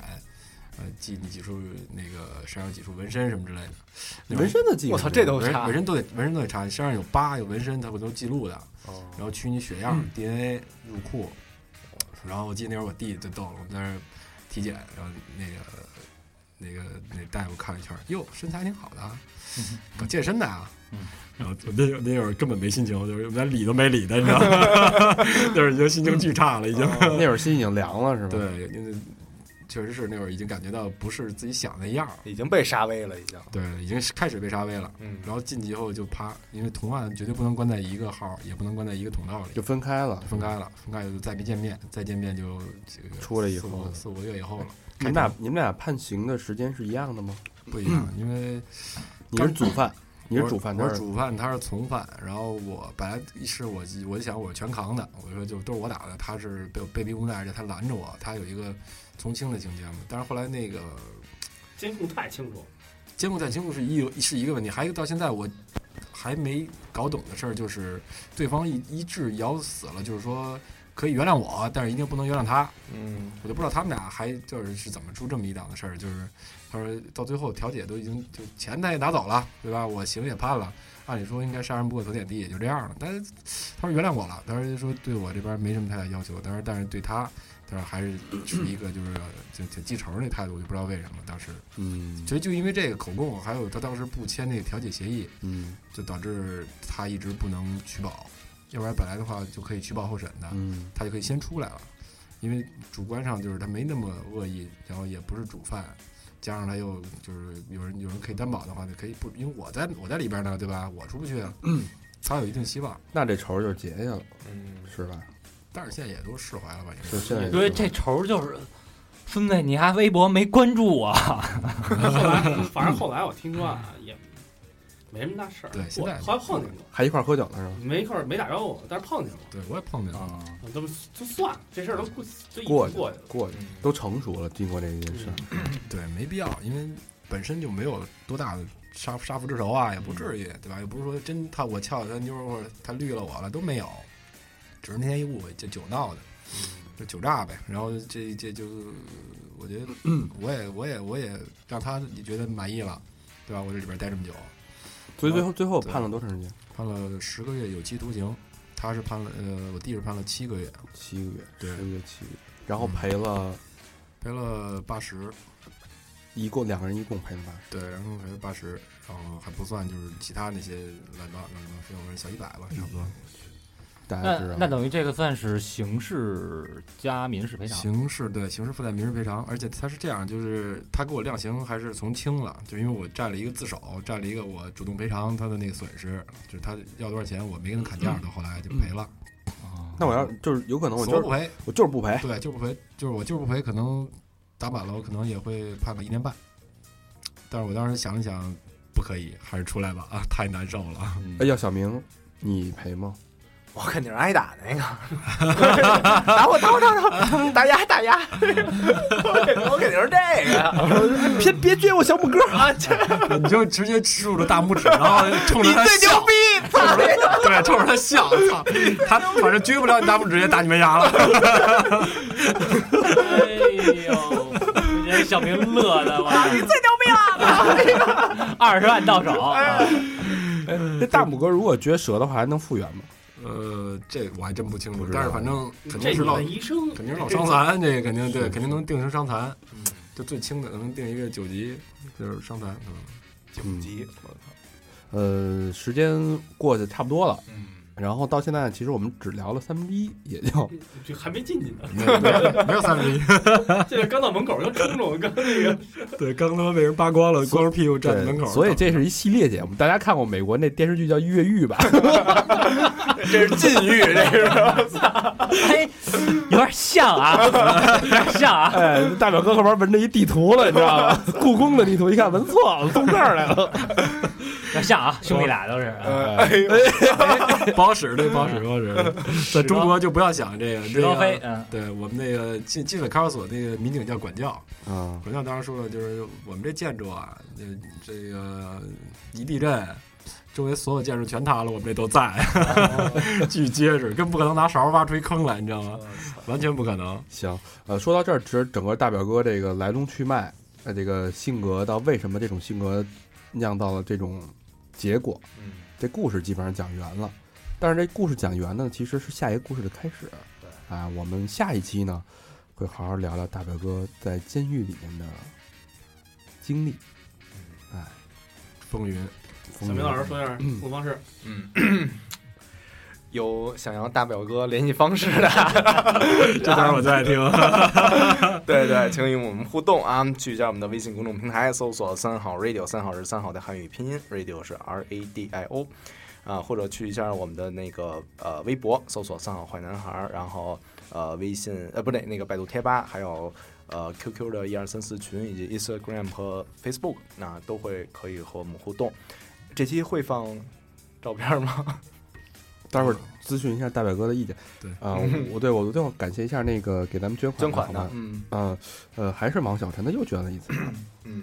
Speaker 6: 呃，记你几处那个身上几处纹身什么之类的，那种
Speaker 2: 纹身的技术，
Speaker 4: 我操，这都
Speaker 6: 纹
Speaker 4: 查
Speaker 6: 纹，身都得纹身都得查，你身上有疤有纹身，它会都记录的。然后取你血样、DNA 入库。然后我记得那会儿我弟就逗了，我们在那儿体检，然后那个那个那大夫看了一圈儿，哟，身材挺好的，啊，搞健身的啊。然后我那会儿那会儿根本没心情，就是连理都没理他，你知道吗？ 就是已经心情巨差了，已
Speaker 4: 哦
Speaker 6: 经。
Speaker 2: 那会儿心已经凉了，是吧？，
Speaker 6: 对，因为确实是那会儿已经感觉到不是自己想那样儿，
Speaker 4: 已经被杀威了，已经。
Speaker 6: 对，已经是开始被沙威了。
Speaker 4: 嗯，
Speaker 6: 然后进去以后就啪，因为同案绝对不能关在一个号儿，也不能关在一个通道里，
Speaker 2: 就分开了，
Speaker 6: 分开了，分开就再没见面，再见面就这个
Speaker 2: 出来以
Speaker 6: 四
Speaker 2: 后
Speaker 6: 五四五个月以后了。
Speaker 2: 你们俩你们俩判刑的时间是一样的吗？
Speaker 6: 不一样，因为
Speaker 2: 你是主犯，你是主犯，
Speaker 6: 我
Speaker 2: 他
Speaker 6: 是
Speaker 2: 是
Speaker 6: 主犯，他是从犯。然后我本来是我我就想我全扛的，我说就都是我打的，他是被被逼无奈，而且他拦着我，他有一个从轻的情节嘛。但是后来那个
Speaker 5: 监控太清楚，
Speaker 6: 监控再清楚是一有是一个问题，还有一个到现在我还没搞懂的事儿，就是对方一一致咬死了，就是说可以原谅我，但是一定不能原谅他。
Speaker 4: 嗯，
Speaker 6: 我就不知道他们俩还就是是怎么出这么一档子事儿，就是他说到最后调解都已经就钱他也拿走了，对吧？我刑也判了，按理说应该杀人不过头点地，也就这样了。但是他说原谅我了，当时说对我这边没什么太大要求，但是但是对他，但是还是处于一个就是就挺记仇那态度，我就不知道为什么当时，
Speaker 2: 嗯
Speaker 6: 所以就因为这个口供，还有他当时不签那个调解协议，
Speaker 2: 嗯
Speaker 6: 就导致他一直不能取保，要不然本来的话就可以取保候审的，
Speaker 2: 嗯
Speaker 6: 他就可以先出来了，因为主观上就是他没那么恶意，然后也不是主犯，加上他又就是有人有人可以担保的话，就可以不，因为我在我在里边呢，对吧？我出不去，他有一定希望，
Speaker 2: 那这仇就结下了，
Speaker 4: 嗯
Speaker 2: 是吧？
Speaker 6: 但是现在也都释怀了吧？应该
Speaker 2: 就现在
Speaker 3: 因为这仇就是孙子，你还微博没关注我，
Speaker 5: 后 来反正后来我听说啊，也没什么大事儿。
Speaker 6: 对现在
Speaker 5: 我后来碰见过，
Speaker 2: 还一块儿喝酒呢是吧？
Speaker 5: 没事儿没打招呼，但是碰见过，
Speaker 6: 对我也碰见了，
Speaker 5: 我都就算了，这事儿都过就已经
Speaker 2: 过
Speaker 5: 过
Speaker 2: 去
Speaker 5: 去了。
Speaker 2: 过去都成熟了，经过这件事儿，
Speaker 6: 对，没必要，因为本身就没有多大的杀杀父之仇啊，也不至于，对吧？也不是说真他我撬他妞儿或者他绿了我了都没有，只是那天一误会，这酒闹的，就酒炸呗。然后这这就我觉得我也我也我也让他也觉得满意了，对吧？我这里边待这么久，
Speaker 2: 所以最后最后判了多长时间？
Speaker 6: 判了十个月有期徒刑，他是判了呃，我弟是判了七个月，
Speaker 2: 七个月，
Speaker 6: 对
Speaker 2: 十个月七个月，然后赔了
Speaker 6: 赔了八十，
Speaker 2: 一共两个人一共赔了八十，
Speaker 6: 对，然后赔了八十，然后还不算就是其他那些乱七八糟乱七八糟费用，小一百吧，差不多。
Speaker 2: 大哎家知
Speaker 3: 那
Speaker 2: 道吗
Speaker 3: 那等于这个算是刑事加民事赔偿。
Speaker 6: 刑事对刑事附带民事赔偿，而且他是这样，就是他给我量刑还是从轻了，就因为我占了一个自首，占了一个我主动赔偿他的那个损失，就是他要多少钱我没跟他砍价，到后来就赔了，
Speaker 2: 嗯那我要就是有可能我
Speaker 6: 死活
Speaker 2: 就
Speaker 6: 不
Speaker 2: 是
Speaker 6: 赔，
Speaker 2: 我就是不赔，
Speaker 6: 对，就是不赔，就是我就是不赔，可能打满了我可能也会判个一年半，但是我当时想了想，不可以，还是出来吧啊，太难受 了，
Speaker 2: 哎，要小明，你赔吗？
Speaker 4: 我肯定是挨打那个，打我打我打我打我打压打压， 我肯定我肯定是这个呀，
Speaker 2: 别别撅我小拇哥，
Speaker 6: 你就直接竖着大拇指，然后冲着他
Speaker 4: 最牛
Speaker 6: 笑，
Speaker 4: 逼，操你！
Speaker 6: 对，冲着他笑， 操，他反正撅不了你大拇指，也打你门牙了。
Speaker 3: 哎呦，这小明乐的，我啊你最牛逼了！二十万到手，
Speaker 2: 这大拇哥如果撅折的话，还能复原吗？
Speaker 6: 呃，这我还真不清楚
Speaker 2: 不，知道
Speaker 6: 但是反正肯定
Speaker 5: 这你
Speaker 6: 是落
Speaker 5: 问，医生，
Speaker 6: 肯定是落伤残，这 个肯定
Speaker 2: 是
Speaker 6: 对，肯定能定成伤残。就最轻的能定一个九级，就是伤残。嗯，
Speaker 2: 嗯，呃，时间过去差不多了，
Speaker 6: 嗯，
Speaker 2: 然后到现在其实我们只聊了三分之一，也 就
Speaker 5: 就还没进去呢，
Speaker 6: 没 有没 有嗯没有三分之一，
Speaker 5: 现在刚到门口就冲着我刚
Speaker 6: 嗯
Speaker 5: 那个，
Speaker 6: 对，刚他妈被人扒光了，光着屁股站在门口，
Speaker 2: 所以这是一系列节目。大家看过美国那电视剧叫《越狱》 吧？
Speaker 4: 这是禁欲，这是
Speaker 3: 嘿，哎有点像啊，有点像啊。
Speaker 2: 哎，大表哥后边纹着一地图了，你知道 吗？故宫的地图一看纹错了，从这儿来了。
Speaker 3: 要像啊， 兄弟俩都是。啊
Speaker 6: 哎 不好使，对，不好使，不好使。 在中国就不要想这个，
Speaker 3: 石
Speaker 6: 这
Speaker 3: 高飞，
Speaker 6: 个。
Speaker 3: 嗯，
Speaker 6: 对我们那个进进了看守所，那个民警叫管教，
Speaker 2: 啊，
Speaker 6: 管教当时说了，就是我们这建筑啊，这这个一地震，周围所有建筑全塌了，我们这都在，
Speaker 5: 哦
Speaker 6: 巨结实，根本不可能拿勺挖出一坑来，你知道吗？完全不可能。
Speaker 2: 行，呃，说到这儿，其实整个大表哥这个来龙去脉，呃，这个性格到为什么这种性格酿到了这种结果，
Speaker 4: 嗯，
Speaker 2: 这故事基本上讲圆了。但是这故事讲圆呢，其实是下一个故事的开始。对，啊，我们下一期呢，会好好聊聊大表哥在监狱里面的经历。
Speaker 6: 风云，
Speaker 2: 小
Speaker 5: 小明老师说一下
Speaker 6: 嗯
Speaker 5: 互动方式，
Speaker 4: 有想要大表哥联系方式的，
Speaker 6: 这当然我最爱听。
Speaker 4: 对对，请与我们互动啊！去一下我们的微信公众平台，搜索“三好 radio”，三好是三好的汉语拼音，radio 是 R A D I O，啊，或者去一下我们的那个呃微博，搜索“三好坏男孩”，然后呃微信呃不对，那个百度贴吧，还有呃 QQ 的一二三四群，以及 Instagram 和 Facebook，那都会可以和我们互动。这期会放照片吗？
Speaker 2: 待会儿咨询一下大表哥的意见。
Speaker 6: 对
Speaker 2: 啊、我我对我最后感谢一下那个给咱们捐款
Speaker 4: 捐款
Speaker 2: 的
Speaker 4: 的，，嗯
Speaker 2: 啊、呃，还是王小晨，他又捐了一次。
Speaker 4: 嗯，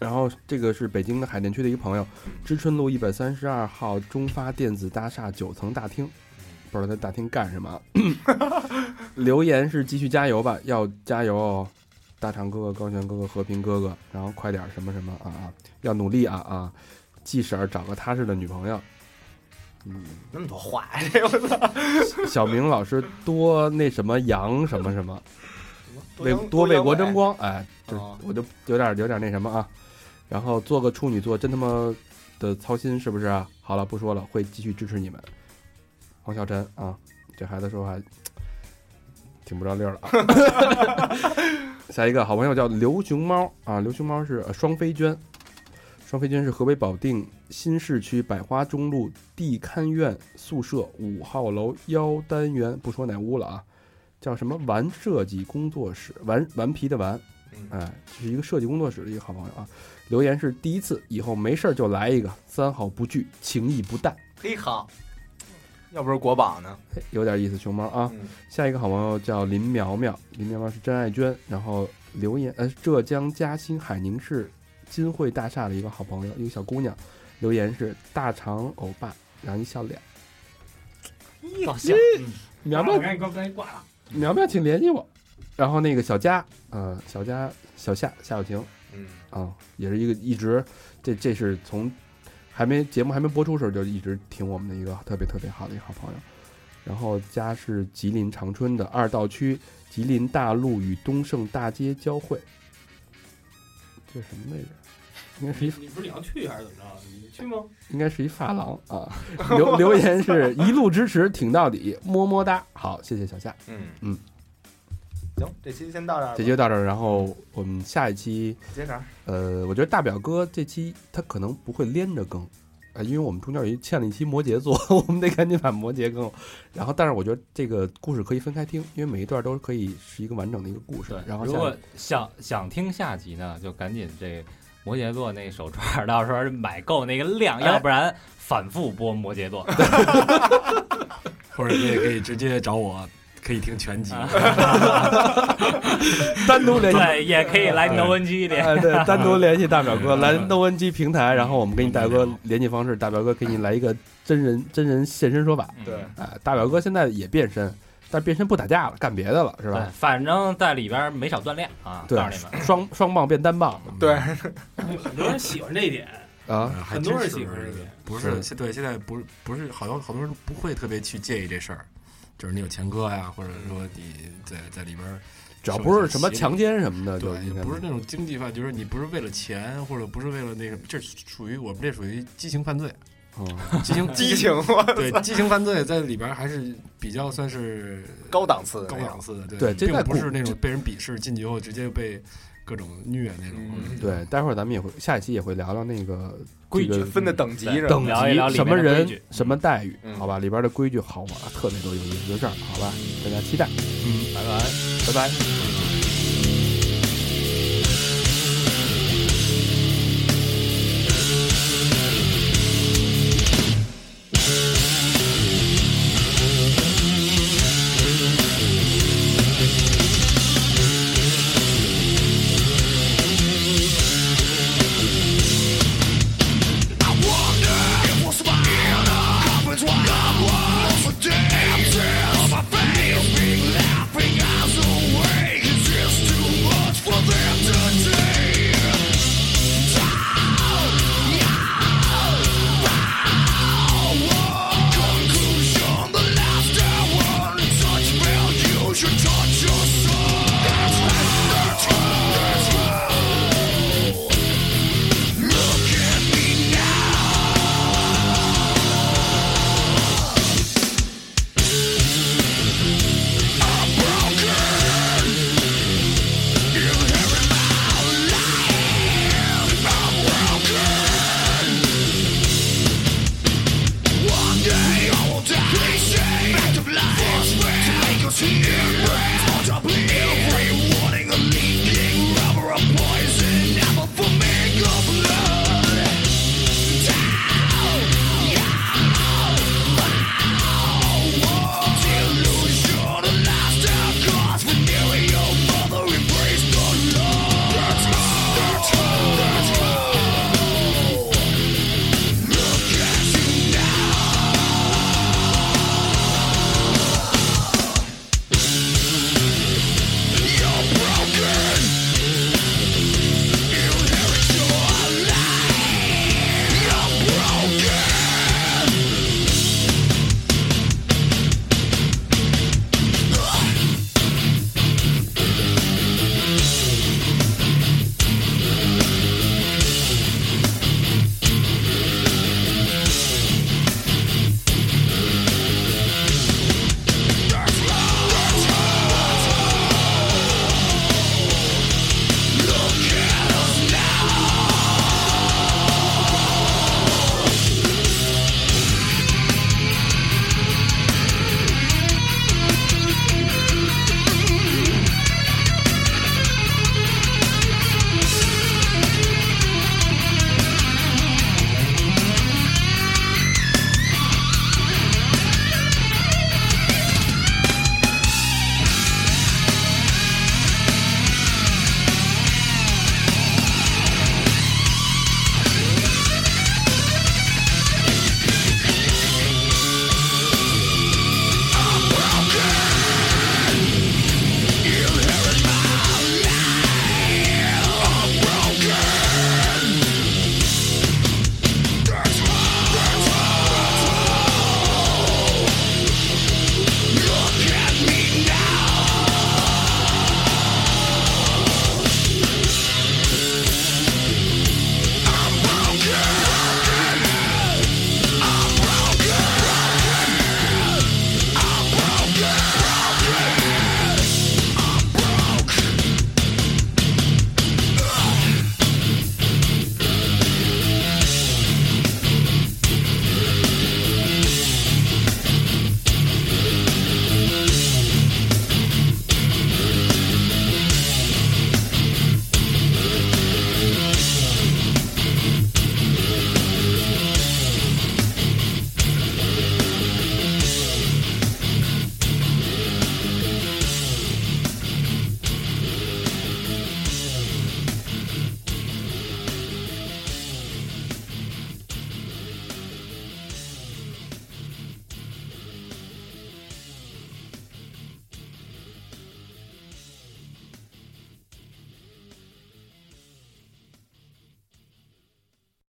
Speaker 2: 然后这个是北京的海淀区的一个朋友，知春路一百三十二号中发电子大厦九层大厅，不知道在大厅干什么啊。 留言是继续加油吧，要加油哦，大长哥哥、高泉哥哥、和平哥哥，然后快点儿什么什么啊啊，要努力啊啊，季婶儿找个踏实的女朋友。
Speaker 4: 那么多话，
Speaker 2: 小明老师多那什么扬什么什么，为多为国争光，哎，这
Speaker 4: 哦
Speaker 2: 我就有点有点那什么啊。然后做个处女座，真他妈的操心是不是啊？好了，不说了，会继续支持你们。黄小晨啊，这孩子说话挺不着调儿了啊。下一个好朋友叫刘熊猫啊，刘熊猫是、呃双飞娟，双飞娟是河北保定新市区百花中路地勘院宿舍五号楼幺单元，不说哪屋了啊，叫什么玩设计工作室，顽顽皮的顽，
Speaker 4: 嗯，
Speaker 2: 哎，这是一个设计工作室的一个好朋友啊。留言是第一次，以后没事儿就来一个，三好不惧，情义不淡，
Speaker 4: 嘿好，要不是国宝呢？
Speaker 2: 嘿有点意思，熊猫啊。
Speaker 4: 嗯
Speaker 2: 下一个好朋友叫林苗苗，林苗苗是真爱娟，然后留言呃，浙江嘉兴海宁市金汇大厦的一个好朋友，一个小姑娘，留言是大长欧巴，然后一笑脸。
Speaker 3: 倒像。
Speaker 2: 苗苗
Speaker 5: 赶紧挂，赶紧挂了。
Speaker 2: 苗苗，请联系我。然后那个小佳，呃，小佳小夏夏小晴，
Speaker 4: 嗯。
Speaker 2: 啊，也是一个一直，这这是从还没节目还没播出时候就一直听我们的一个特别特别好的一个好朋友。然后家是吉林长春的二道区吉林大路与东胜大街交汇，这是什么位置？应该是一
Speaker 5: 你不是你要去还是怎么着？你去吗？
Speaker 2: 应该是一发廊 啊。留留言是一路支持，挺到底，么么哒。好，谢谢小夏，
Speaker 4: 嗯
Speaker 2: 嗯，
Speaker 4: 行，这期先到这儿吧，
Speaker 2: 这就到这儿。然后我们下一期。
Speaker 4: 接着啊，
Speaker 2: 呃，我觉得大表哥这期他可能不会连着更，啊、因为我们中间有一欠了一期摩羯座， 我们得赶紧把摩羯更了。然后，但是我觉得这个故事可以分开听，因为每一段都是可以是一个完整的一个故事
Speaker 3: 对。，
Speaker 2: 然后
Speaker 3: 如
Speaker 2: 下
Speaker 3: 果想想听下集呢，就赶紧这摩羯座那手串儿，到时候买够那个量，要不然反复播摩羯座。
Speaker 6: 或者你也可以直接找我，可以听全 集。
Speaker 5: 啊
Speaker 2: 单独联系，
Speaker 3: 对，也可以来挪文机里。
Speaker 2: 哎，对，单独联系大表哥，
Speaker 6: 嗯
Speaker 2: 来诺文基平台，然后我们给你大表哥联系方式，大表哥给你来一个真人真人现身说法。
Speaker 3: 嗯
Speaker 4: 对，
Speaker 2: 哎、大表哥现在也变身，但变身不打架了，干别的了，是
Speaker 3: 对
Speaker 2: 吧？，
Speaker 3: 反正在里边没少锻炼啊。
Speaker 2: 对
Speaker 3: 告诉你们，
Speaker 2: 双双棒变单棒
Speaker 4: 对，
Speaker 5: 很多人喜欢这一点，
Speaker 2: 啊！
Speaker 6: 嗯，还
Speaker 5: 很多
Speaker 6: 真
Speaker 5: 人
Speaker 6: 是
Speaker 5: 喜欢这个
Speaker 6: 不是现对现在不是不是好多好多人不会特别去介意这事儿，就是你有前科呀，或者说你在在里边儿
Speaker 2: 只要
Speaker 6: 受
Speaker 2: 不
Speaker 6: 一
Speaker 2: 是
Speaker 6: 些
Speaker 2: 什么
Speaker 6: 洗礼
Speaker 2: 强奸什么的，就
Speaker 6: 对，
Speaker 2: 应
Speaker 6: 也
Speaker 2: 该
Speaker 6: 不是那种经济犯，就是你不是为了钱，或者不是为了那什么，这属于我们这属于激情犯罪，
Speaker 2: 嗯
Speaker 6: 激情
Speaker 4: 激情，我
Speaker 6: 对激情犯罪在里边还是比较算是
Speaker 4: 高档次的
Speaker 6: 高
Speaker 4: 那种
Speaker 6: 档次的，
Speaker 2: 对这
Speaker 6: 并
Speaker 2: 在
Speaker 6: 不
Speaker 2: 古
Speaker 6: 是那种被人鄙视，进去以后直接被各种虐那种。
Speaker 4: 嗯
Speaker 2: 对，待会儿咱们也会下一期也会聊聊那个
Speaker 3: 规矩
Speaker 2: 这个
Speaker 4: 分的等级
Speaker 3: 对
Speaker 4: 是吧？
Speaker 2: 等级
Speaker 3: 聊一聊里
Speaker 2: 什么
Speaker 3: 面的规
Speaker 2: 人
Speaker 3: 矩
Speaker 2: 什么待遇，
Speaker 4: 嗯
Speaker 2: 好啊吧，里边的规矩好玩，特别多有意思，就这样，好吧，大家期待，
Speaker 3: 嗯拜拜。
Speaker 2: 拜拜。
Speaker 4: 拜拜。